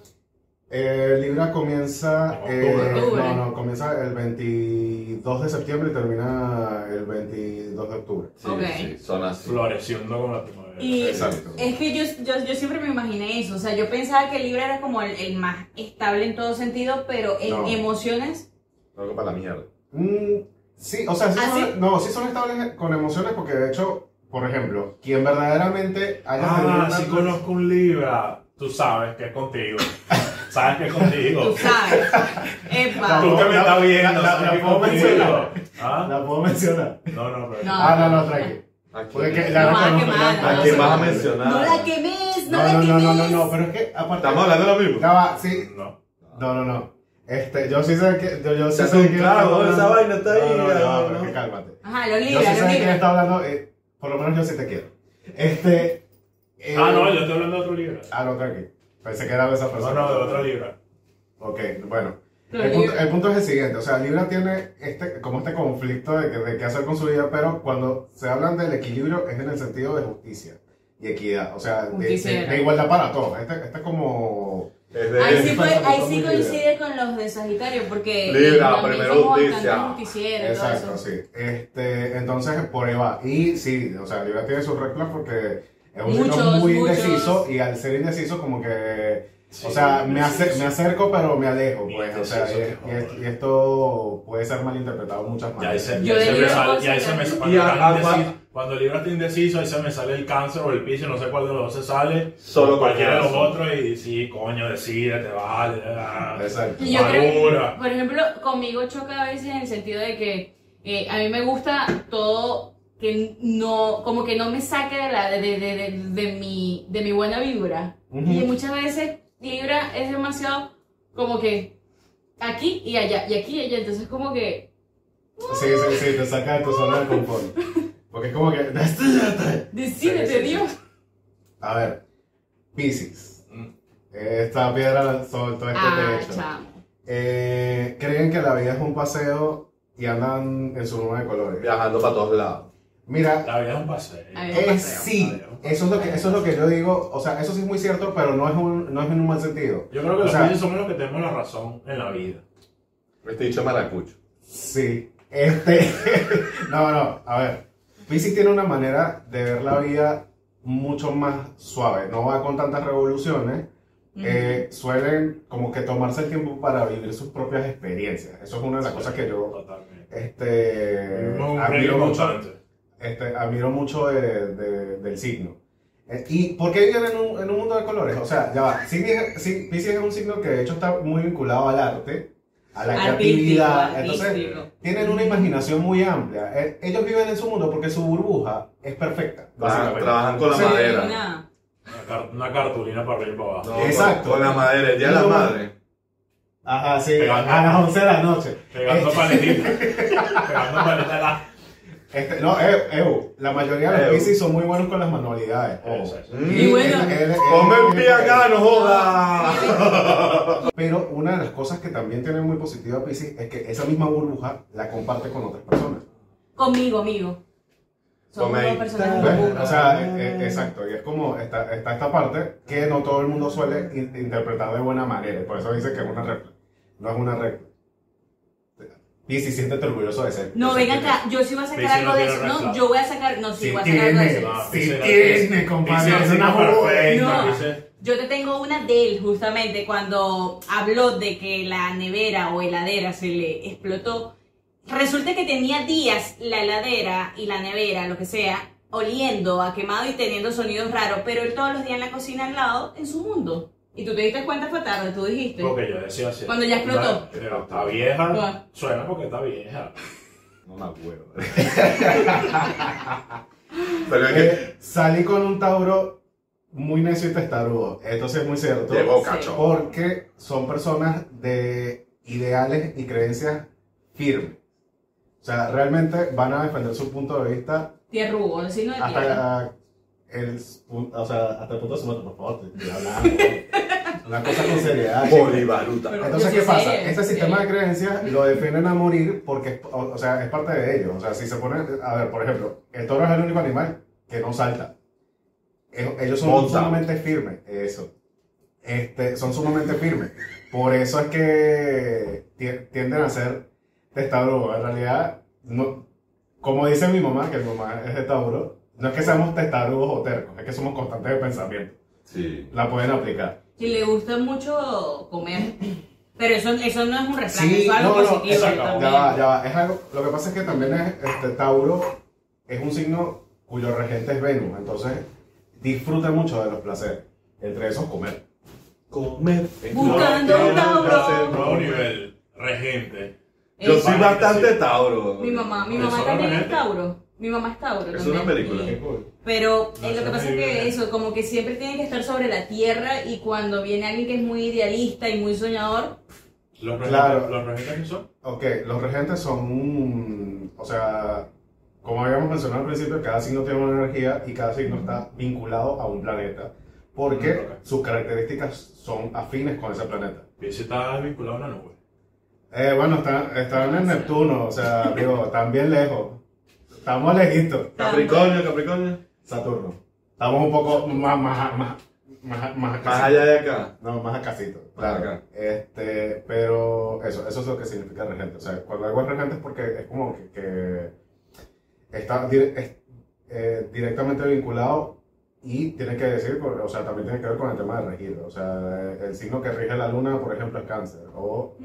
S5: Eh, Libra comienza,
S3: En octubre.
S5: eh,
S2: Octubre.
S5: no, no, comienza el 22 de septiembre y termina el 22 de octubre.
S1: Sí,
S2: Ok.
S1: sí, son así.
S3: Floreciendo con la primavera.
S2: Y
S5: Exacto.
S2: es que yo, yo, yo siempre me imaginé eso. O sea, yo pensaba que Libra era como el, el más estable en todo sentido, pero en
S5: No.
S2: emociones.
S1: Algo para la mierda.
S5: Mm, sí, o sea, sí
S2: ¿Ah,
S5: son,
S2: sí?
S5: no, sí son estables con emociones porque de hecho, por ejemplo, quien verdaderamente haya
S3: Ah,
S5: tenido
S3: sí
S5: una-
S3: conozco un Libra. Tú sabes que es contigo. Sabes que es contigo.
S2: Tú sabes. Epa.
S5: No.
S3: Tú que me
S5: La-
S3: estás viendo,
S5: la-
S3: sabes
S5: la
S3: que es
S5: puedo
S3: contigo.
S5: mencionar.
S3: ¿Ah?
S5: La puedo mencionar.
S3: No, no, pero.
S2: No.
S5: Ah, no, no, tranqui.
S1: Aquí.
S5: Porque que- ya
S2: No,
S5: la
S2: ah,
S5: conozco,
S2: qué
S5: ya-
S2: mal,
S5: ya-
S1: no, no, no,
S5: va
S1: no.
S2: No
S1: mencionada.
S2: la quemes, no,
S5: No,
S2: la
S5: no,
S2: quemes.
S5: no, no, no, no, pero es que aparte.
S1: Estamos hablando de lo mismo.
S5: Ya va, sí,
S3: No.
S5: No, no, no. Este, yo sí sé que. Yo, yo sí
S1: Se hace
S5: sé
S1: un
S5: que.
S1: trago, esa vaina está ahí,
S5: No, no, no,
S1: ya,
S5: pero
S1: ¿no?
S5: que cálmate.
S2: Ajá, los
S5: Yo sí
S2: Libra,
S5: sé
S2: los
S5: que
S2: Libra.
S5: está hablando. eh, por lo menos yo sí te quiero. Este. eh,
S3: Ah, no, yo estoy hablando de otro libro.
S5: Ah, no, tranqui. Pensé que era de esa
S3: No,
S5: persona.
S3: no, de otro libro.
S5: Ok, bueno.
S2: Los
S5: El punto,
S2: libros.
S5: el punto es el siguiente, o sea, Libra tiene este, como este conflicto de, que- de qué hacer con su vida, pero cuando se hablan del equilibrio es en el sentido de justicia y equidad, o sea, de, de-
S2: Justiciera.
S5: de igualdad para todos. Este, este es como...
S1: Es
S2: Ahí sí,
S1: de
S5: fue-
S2: co- ahí
S5: son
S2: sí
S5: muy
S2: coincide con los de Sagitario, porque
S1: Libra,
S2: también
S1: primero
S2: somos bastante
S1: justicia.
S2: justicieros, todo
S5: Exacto,
S2: eso.
S5: sí. Este, entonces, por ahí va. Y sí, o sea, Libra tiene sus reglas porque es un signo
S2: Muchos,
S5: muy
S2: muchos.
S5: indeciso y al ser indeciso como que...
S3: Sí,
S5: o sea,
S3: sí,
S5: me, ace-
S3: sí.
S5: me acerco pero me alejo,
S3: Muy
S5: pues, o sea, y,
S3: indeciso,
S5: y-
S3: qué joder.
S5: y esto puede ser malinterpretado de muchas
S3: Ya ahí
S5: maneras.
S3: se,
S2: Yo
S3: ya ahí
S2: de
S3: se me
S2: libro
S3: sale,
S2: puedo
S3: ya ahí se
S2: sacar.
S3: me sa-
S1: Y a-
S3: cuando, estás
S1: agua-
S3: indeciso, cuando el libro está indeciso, ahí se me sale el cáncer o el piso, no sé cuál de los dos se sale.
S1: Solo
S3: cualquiera de los
S1: cualquiera.
S3: otros y sí, coño, decide, te vale. ah,
S5: Exacto.
S2: Y yo creo,
S3: Madura.
S2: por ejemplo, conmigo choca a veces en el sentido de que eh, a mí me gusta todo que no, como que no me saque de, la, de, de, de, de- de mi, de mi buena vibra. Y muchas veces Libra es demasiado como que aquí y allá, y aquí y allá, entonces como que
S5: Sí, sí, sí, te saca de tu zona de confort. Porque es como que. "Decídete".
S2: decídete
S5: Sí, sí, sí.
S2: Dios.
S5: A ver, Pisces. Esta piedra lanzó todo este
S2: Ah,
S5: techo.
S2: chamo.
S5: Eh, Creen que la vida es un paseo y andan en su nube de colores.
S1: Viajando para todos lados.
S5: Mira,
S3: La vida es un paseo.
S2: La vida es un
S5: eh,
S2: paseo,
S5: sí,
S3: la vida.
S5: eso es, lo que, eso es lo que yo digo. O sea, eso sí es muy cierto, pero no es, un, no es en un mal sentido.
S3: Yo creo que
S5: O
S3: los
S5: sea-
S3: Pisces somos los que tenemos la razón en la vida.
S1: Este dicho maracucho.
S3: Ah,
S5: Sí. Este. no, no, a ver. Pisces tiene una manera de ver la vida mucho más suave. No va con tantas revoluciones. Eh, suelen como que tomarse el tiempo para vivir sus propias experiencias. Eso es una de las cosas que yo
S3: Totalmente.
S5: este,
S3: Vivimos un
S5: admiro
S3: ritmo
S5: mucho,
S3: constante.
S5: este, admiro mucho de- de- del signo. Eh, ¿Y por qué viven en un, en un mundo de colores? O sea, ya va. Sí, dije- sí, Piscis es un signo que de hecho está muy vinculado al arte, a la
S2: Artístico,
S5: creatividad. Entonces,
S2: artístico.
S5: tienen una imaginación muy amplia. Eh, Ellos viven en su mundo porque su burbuja es perfecta,
S1: Ah,
S5: básicamente.
S1: Trabajan con la
S5: Sí.
S1: madera.
S2: Nada.
S3: Una, car- una cartulina para arriba y para abajo.
S1: No,
S5: Exacto.
S1: Con, con la madera. El día de la
S5: No.
S1: madre.
S5: Ajá, sí,
S3: Pegando.
S5: a las 11 de la noche.
S3: Pegando
S5: Eh.
S3: paletitas. pegando paletitas. la-
S5: Este, no, eh, Evo, la mayoría de los
S1: Evo.
S5: Piscis son muy buenos con las manualidades. ojo.
S3: Exacto.
S1: Mm.
S2: Y bueno.
S1: Come en pie acá, no joda.
S5: Pero una de las cosas que también tiene muy positiva Piscis es que esa misma burbuja la comparte con otras personas.
S2: Conmigo, amigo. Somos
S1: Come
S2: dos
S1: ahí.
S2: personas
S5: ¿Ves?
S2: muy
S5: O sea, eh, eh, exacto. Y es como está, está esta parte que no todo el mundo suele in- interpretar de buena manera. y Por eso dice que es una regla. No es una regla. Piscis, siéntete orgulloso de ser.
S2: No,
S5: de ser
S2: ven
S5: Piscis.
S2: acá, yo sí voy a sacar
S3: Dice,
S2: algo
S3: no
S2: de
S3: tiene
S2: eso. No,
S3: reflejo.
S2: yo voy a sacar, no, sí,
S5: Sí
S2: voy a sacar algo de
S5: tiene,
S2: eso.
S3: Ah,
S5: sí
S3: Piscis era-
S5: tiene, compadre.
S3: Piscis
S5: Es
S3: es
S5: una
S3: perfecto.
S5: jodena.
S3: Piscis-
S2: Yo te tengo una de él, justamente, cuando habló de que la nevera o heladera se le explotó. Resulta que tenía días la heladera y la nevera, lo que sea, oliendo a quemado y teniendo sonidos raros, pero él todos los días en la cocina al lado, en su mundo. Y tú te diste cuenta fue tarde, tú dijiste.
S3: Porque yo decía así.
S2: Cuando ya explotó.
S3: Pero está vieja.
S2: ¿Cuál?
S3: Suena porque está vieja.
S1: No me acuerdo. Pero es que
S5: Eh, salí con un Tauro muy necio y testarudo. Entonces es muy cierto.
S1: llegó cacho.
S5: Porque son personas de ideales y creencias firmes. O sea, realmente van a defender su punto de vista
S2: Tierrugo, el signo de tierra.
S5: hasta, el, pu- o sea, hasta el punto de su muerte, por favor. te- te hablamos, ¿no? Una cosa con seriedad. chicos.
S1: Bolivaruta.
S2: Pero-
S5: Entonces,
S2: Yo
S5: ¿qué
S2: sí
S5: pasa?
S2: sé,
S5: Este
S2: sí.
S5: sistema de creencias lo defienden a morir porque, es- o, o sea, es parte de ellos. O sea, si se ponen, a ver, por ejemplo, el toro es el único animal que no salta. E- Ellos son
S1: Monta.
S5: sumamente firmes, eso. Este, son sumamente firmes. Por eso es que ti- tienden a ser de Tauro. En realidad, no, como dice mi mamá, que mi mamá es de Tauro, no es que seamos testarudos o tercos, es que somos constantes de pensamiento.
S1: Sí.
S5: La pueden aplicar.
S2: Y le gusta mucho comer. Pero eso, eso no es un reflejo,
S5: Sí,
S2: eso es algo
S5: no, no,
S2: positivo.
S5: exacto,
S2: también.
S5: Ya va, ya va. Es algo, lo que pasa es que también es, este, Tauro es un signo cuyo regente es Venus, entonces disfruta mucho de los placeres. Entre esos comer.
S4: Comer.
S2: Buscando un Tauro.
S3: Nuevo nivel. Regente.
S1: Yo
S2: Eh,
S1: soy bastante Tauro.
S2: Mi mamá, mi
S3: Eso
S2: mamá
S3: no
S2: también es
S3: realmente.
S2: Tauro. Mi mamá es Tauro.
S1: Es
S2: también.
S1: una película.
S2: Y-
S5: cool.
S2: Pero eh, lo
S3: No, eso
S2: que
S3: no
S2: pasa es
S3: es
S2: que
S3: bien.
S2: eso, como que siempre tiene que estar sobre la tierra y cuando viene alguien que es muy idealista y muy soñador,
S3: Los regentes,
S5: Claro.
S3: los regentes que son.
S5: Ok, los regentes son un... O sea, Como habíamos mencionado al principio, cada signo tiene una energía y cada signo está vinculado a un planeta. Porque
S3: Mm, ok.
S5: sus características son afines con ese planeta.
S3: Pisces está vinculado a una nube.
S5: Eh, bueno, están, están en Neptuno, o sea, digo, están bien lejos. Estamos lejitos.
S1: Capricornio, Capricornio.
S5: Saturno. Estamos un poco más, más, más, más, más acá.
S1: Más allá de acá.
S5: No, más acasito,
S1: Más
S5: claro.
S1: acá.
S5: Este, pero eso, eso es lo que significa regente. O sea, cuando hago regente es porque es como que, que está dire- es, eh, directamente vinculado y tiene que decir, por- o sea, también tiene que ver con el tema de regir. O sea, el signo que rige la luna, por ejemplo, es cáncer. O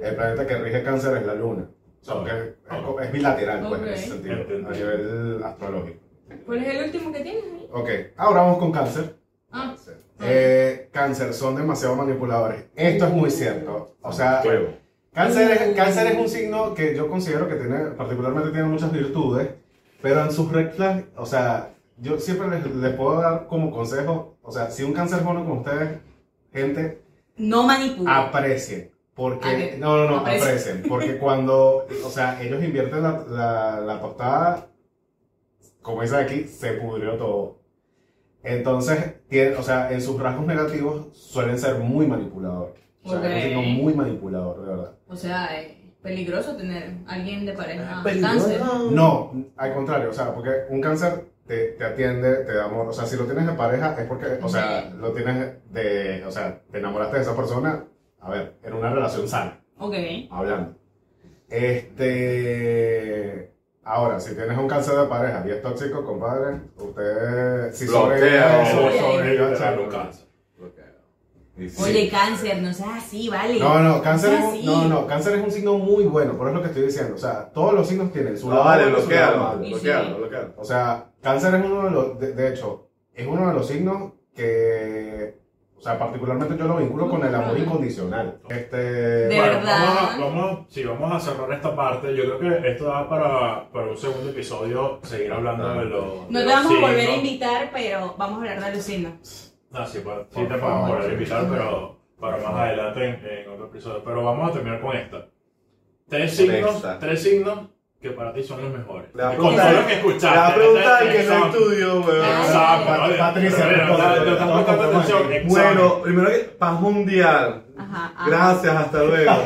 S5: el planeta que rige cáncer es la luna. O sea, que es, co- es bilateral, pues, en ese
S2: Ok.
S5: sentido, a
S3: Entendí.
S5: nivel astrológico.
S2: ah, ¿Cuál es el último que tienes ahí?
S5: Ok, ahora vamos con cáncer.
S2: Ah,
S5: Eh, cáncer, son demasiado manipuladores. Esto es muy cierto. O sea,
S1: Huevo.
S5: cáncer es, cáncer es un signo que yo considero que tiene, particularmente tiene muchas virtudes, pero en sus rectas, o sea, yo siempre les, les puedo dar como consejo, o sea, si un cáncer es bueno con ustedes, gente,
S2: no
S5: Ah.
S2: manipula.
S5: aprecien. Porque,
S2: Ale-
S5: no, no, no,
S2: Ah, aprecien.
S5: aprecien. Porque cuando, o sea, ellos invierten la, la, la tostada, como dice aquí, se pudrió todo. Entonces, tienen, o sea, en sus rasgos negativos suelen ser muy manipuladores. O sea, es un signo
S2: Ok.
S5: muy manipulador, de verdad.
S2: O sea, es peligroso tener a alguien de pareja
S4: Peligroso.
S2: cáncer.
S5: Ah, No, al contrario, o sea, porque un cáncer te, te atiende, te da amor. O sea, si lo tienes de pareja es porque, o sea, lo tienes de, o sea, te enamoraste de esa persona, a ver, en una relación sana.
S2: Ok.
S5: hablando. Este. Ahora, si tienes un cáncer de pareja y es tóxico, compadre, usted. Si
S1: Bloquea.
S5: sobrevive eso,
S2: Oye,
S5: sobrevive al
S3: Claro,
S5: cáncer.
S3: cáncer.
S1: Y sí.
S2: Oye, cáncer, no seas así, vale.
S5: No, no, cáncer es
S2: Sí.
S5: un, no, no, cáncer es un signo muy bueno, por eso es lo que estoy diciendo. O sea, todos los signos tienen su
S1: No, vale,
S5: bueno y su lado
S1: bloquealo,
S5: malo.
S1: bloquealo, bloquealo.
S5: O sea, cáncer es uno de los, de, de hecho, es uno de los signos que, o sea, particularmente yo lo vinculo con el amor incondicional. Este,
S2: De
S3: Bueno,
S2: verdad.
S3: Vamos a, vamos, sí, vamos a cerrar esta parte. Yo creo que esto da para, para un segundo episodio seguir hablando de los.
S2: No te
S3: de los
S2: vamos a volver a
S3: signos.
S2: invitar, pero vamos a hablar de Alucina.
S3: No, sí, pues, sí
S5: Por
S3: te podemos
S5: favor.
S3: volver a invitar, pero para más adelante en, en otro episodio. Pero vamos a terminar con esta. Tres
S1: Con
S3: signos,
S1: esta.
S3: tres signos que para ti son los mejores.
S1: Le va a
S3: Y
S1: preguntar-
S3: contar lo que escuchaste.
S1: La pregunta es
S3: Este-
S1: que no
S3: exacto.
S1: estudio, weón.
S3: Exacto.
S5: Pat-
S3: oye,
S5: Patricia,
S3: pero, pero, no, no estás
S5: responde, responde,
S3: prestando
S5: responde.
S3: atención. Examen.
S1: Bueno, primero que paz mundial.
S2: Ajá. ah.
S1: Gracias, hasta luego.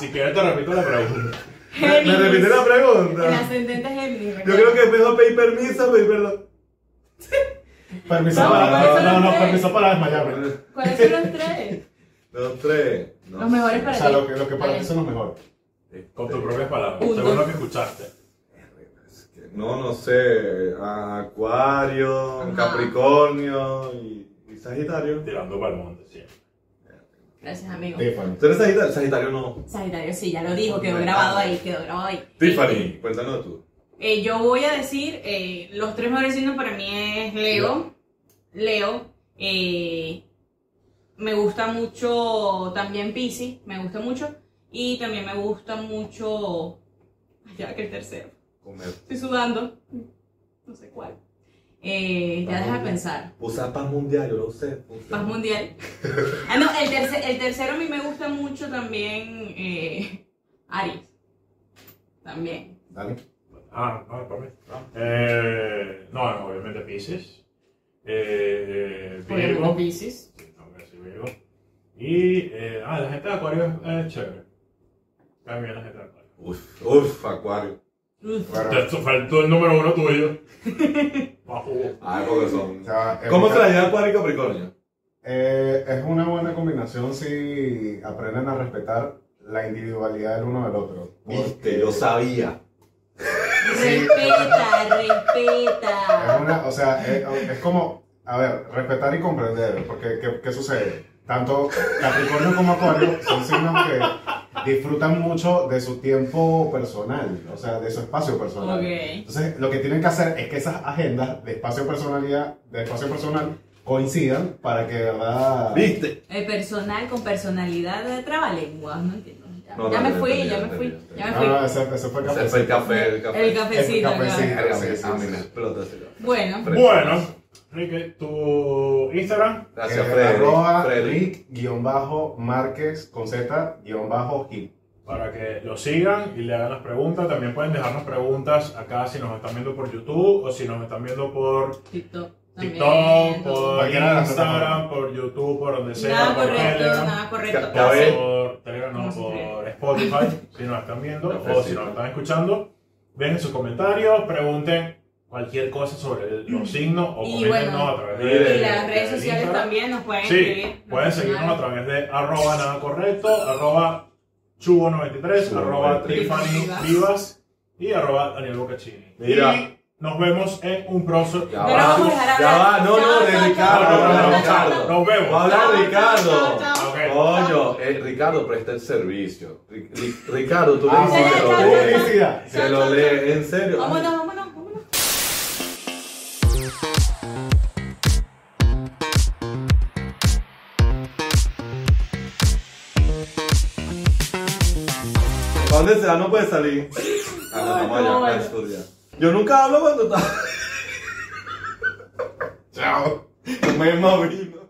S3: Si quieres te repito la pregunta.
S1: ¿Me, me
S2: Géminis.
S1: repite la
S2: El
S1: pregunta?
S2: ascendente es Géminis.
S1: Yo creo que es mejor pedir permiso, pedir perdón.
S5: Permiso
S2: No,
S5: para,
S2: pero eso
S5: no,
S2: no
S5: no,
S2: es.
S5: permiso para desmayarme.
S2: ¿Cuáles son los tres?
S1: Dos, tres. No
S2: Los mejores
S1: sé.
S5: O
S2: para
S5: sea,
S2: ti.
S5: lo que, lo que para ti
S2: Vale.
S5: son los mejores.
S3: Con
S1: Este,
S3: tus propias palabras.
S2: Punto.
S3: Según lo que escuchaste.
S1: No, no sé. a- Acuario,
S2: Ajá.
S1: Capricornio y, y Sagitario.
S3: Tirando para el monte, sí.
S2: Gracias, amigo.
S5: Tiffany.
S1: ¿Tú eres Sagitario? Sagitario no.
S2: Sagitario, sí, ya lo dijo, quedó grabado ahí, quedó grabado ahí.
S1: Tiffany, cuéntanos tú.
S2: Eh, yo voy a decir, eh, los tres mejores signos para mí es Leo. Leo. eh, me gusta mucho también Pisces, me gusta mucho. Y también me gusta mucho... Ay, Ya que el tercero.
S1: Comer.
S2: Estoy sudando. No sé cuál. Eh, ya deja de pensar.
S1: Usa paz mundial, yo lo usé.
S2: Paz mundial. Ah, no, el, terce- el tercero a mí me gusta mucho también eh, Aries. También.
S5: Dale.
S3: Ah, ah, para mí. Eh, no, no, obviamente Pisces. Eh, eh, Virgo.
S2: Obviamente Pisces.
S3: Sí, no, pero sí, Virgo. Y eh, ah, la gente de Acuario es eh, chévere. También la gente de Acuario.
S1: Uf, uf, Acuario.
S2: Uf.
S5: Bueno,
S3: Te te faltó el número uno tuyo. Bajo.
S1: Ah, porque son.
S5: o sea, es
S1: ¿Cómo
S5: una-
S1: se la lleva Acuario y Capricornio?
S5: Eh, es una buena combinación si aprenden a respetar la individualidad del uno del otro.
S1: Viste, yo sabía.
S2: Respeta,
S5: Es
S2: respeta.
S5: una, o sea, es, es como, a ver, respetar y comprender, porque ¿qué, qué sucede? Tanto Capricornio como Acuario son signos que disfrutan mucho de su tiempo personal, o sea, de su espacio personal.
S2: Ok.
S5: Entonces, lo que tienen que hacer es que esas agendas de espacio personalidad, de espacio personal, coincidan para que de verdad.
S1: ¿Viste?
S2: El Eh, personal con personalidad de trabalenguas. No entiendo. Ya,
S1: No,
S2: ya
S1: no,
S2: me
S1: no,
S2: fui,
S1: entendí,
S2: ya me
S1: entendí,
S2: fui.
S1: entendí.
S2: Ya me
S5: No, Ah, no,
S2: fue.
S5: ese, ese fue el
S1: Ese fue el café, el café.
S2: El cafecito.
S5: El cafecito.
S2: acá.
S1: Verga,
S5: Sí, sí,
S1: a mí
S5: sí,
S1: me
S5: sí.
S1: explota ese café.
S2: Bueno,
S3: Bueno, Ricky, tu Instagram.
S1: Gracias,
S5: Eh,
S1: Frederick.
S5: arroba
S1: Frederick.
S5: Rick, guión bajo, Márquez, con Z, guión bajo, hip.
S3: para que lo sigan y le hagan las preguntas. También pueden dejarnos preguntas acá si nos están viendo por YouTube o si nos están viendo por
S2: TikTok. también, todo.
S3: TikTok, por
S5: Cualquiera de las
S3: Instagram, por YouTube, por donde sea.
S2: Nada
S3: por
S2: correcto,
S3: Telegram.
S2: nada correcto.
S1: Ya ves.
S3: por Telegram, no,
S2: No se
S3: por
S2: cree.
S3: Spotify, si nos están viendo o si
S1: Perfecto.
S3: nos están escuchando, dejen sus comentarios, pregunten cualquier cosa sobre el- los signos o
S2: Mm. Y
S3: coméntenos
S2: bueno,
S3: a través
S1: y
S3: de
S2: Y las
S3: de-
S2: redes
S3: de
S2: sociales
S3: Instagram.
S2: también eh, nos pueden
S3: Sí,
S2: escribir.
S3: pueden seguirnos a través de arroba nada correcto, arroba chubo93,
S1: Chubo
S3: arroba
S1: 93.
S3: Tiffany Vivas y arroba Daniel Bocachini.
S1: Mira.
S3: Y nos vemos en un próximo.
S1: Ya
S2: Pero vamos a dejar
S1: Ya
S2: hablar.
S1: va, no,
S2: Ya
S1: no,
S2: va,
S1: de
S2: ya va,
S1: Ricardo,
S2: ya va,
S1: no,
S2: ya
S1: no,
S2: va,
S1: Ricardo.
S2: ya va.
S3: Nos vemos.
S1: Va a hablar
S2: Chao,
S1: Ricardo.
S2: chao, chao.
S3: Ok.
S1: Coño, eh, Ricardo presta el servicio. Ri- Ri- Ricardo, tú le
S5: Ah,
S1: dices
S2: ya,
S1: que
S2: ya,
S1: lo
S2: ya,
S1: lees.
S2: ya, ya.
S1: Se lo lee, en serio.
S2: Vámonos, vámonos, vámonos.
S1: ¿Para Ah, dónde se va? No puede salir. Ah, no, vamos allá,
S2: bueno.
S1: a estudiar. Yo nunca hablo cuando está.
S5: Chao.
S1: Me moví,